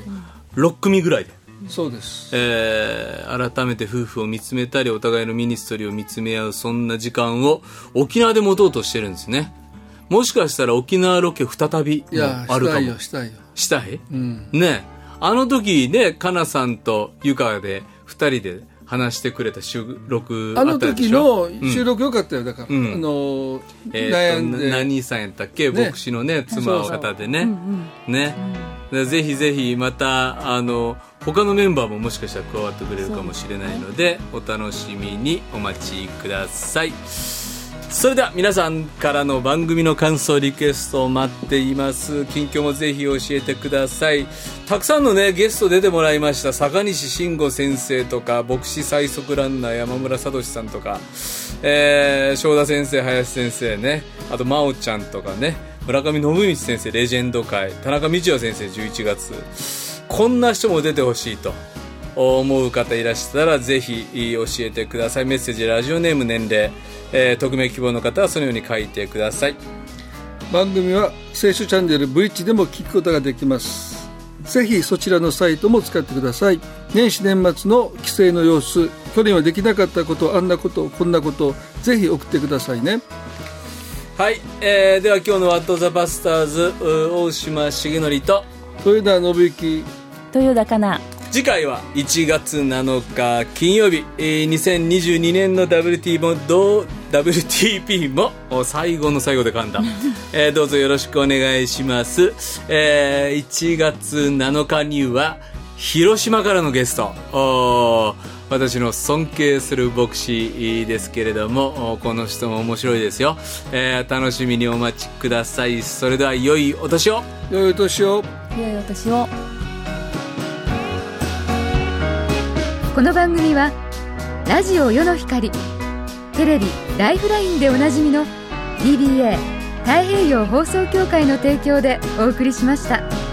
[SPEAKER 6] 緒に行くけど
[SPEAKER 5] 6組ぐらいで、
[SPEAKER 6] そうです
[SPEAKER 5] えー改めて夫婦を見つめたりお互いのミニストリーを見つめ合うそんな時間を沖縄で持とうとしてるんですねもしかしたら沖縄ロケ再び
[SPEAKER 6] い
[SPEAKER 5] も
[SPEAKER 6] や
[SPEAKER 5] あ
[SPEAKER 6] し
[SPEAKER 5] る
[SPEAKER 6] た
[SPEAKER 5] か
[SPEAKER 6] い
[SPEAKER 5] も
[SPEAKER 6] よしたいよ
[SPEAKER 5] したい
[SPEAKER 6] うん
[SPEAKER 5] ねえあの時ねかなさんとゆかで2人で話してくれた収録
[SPEAKER 6] あ
[SPEAKER 5] あ
[SPEAKER 6] の
[SPEAKER 5] ったで
[SPEAKER 6] 時
[SPEAKER 5] しょ
[SPEAKER 6] の収録良かったよだから、
[SPEAKER 5] うん
[SPEAKER 6] あの
[SPEAKER 5] え
[SPEAKER 6] 悩
[SPEAKER 5] ー
[SPEAKER 6] ん
[SPEAKER 5] と
[SPEAKER 6] で、
[SPEAKER 5] な何さんやったっけ、
[SPEAKER 6] ね
[SPEAKER 5] 牧師のね妻の方でねね、でぜひぜひまたあの他のメンバーももしかしたら加わってくれるかもしれないのでお楽しみにお待ちくださいそれでは皆さんからの番組の感想リクエストを待っています近況もぜひ教えてくださいたくさんのねゲスト出てもらいました坂西慎吾先生とか牧師最速ランナー山村聡さんとか、えー、正田先生林先生ねあと真央ちゃんとかね村上信光先生レジェンド会田中道也先生11月こんな人も出てほしいと思う方いらしたらぜひ教えてくださいメッセージラジオネーム年齢、えー匿名希望の方はそのように書いてください
[SPEAKER 6] 番組は聖書チャンネルブリッジでも聞くことができますぜひそちらのサイトも使ってください年始年末の帰省の様子去年はできなかったことあんなことこんなことぜひ送ってくださいね
[SPEAKER 5] はい、えーでは今日の「ワット・ザ・バスターズ」う大島重則と
[SPEAKER 6] 豊田信之
[SPEAKER 8] 豊田かな
[SPEAKER 5] 次回は1月7日金曜日、えー2022年の WT もどう WTP もお最後の最後で噛んだ、えーどうぞよろしくお願いします、えー1月7日には広島からのゲストおー私の尊敬する牧師ですけれどもおこの人も面白いですよ、えー楽しみにお待ちくださいそれでは良いお年を
[SPEAKER 6] 良いお年を
[SPEAKER 8] 良いお年を
[SPEAKER 1] この番組はラジオ世の光テレビ「ライフライン」でおなじみの DBA 太平洋放送協会の提供でお送りしました。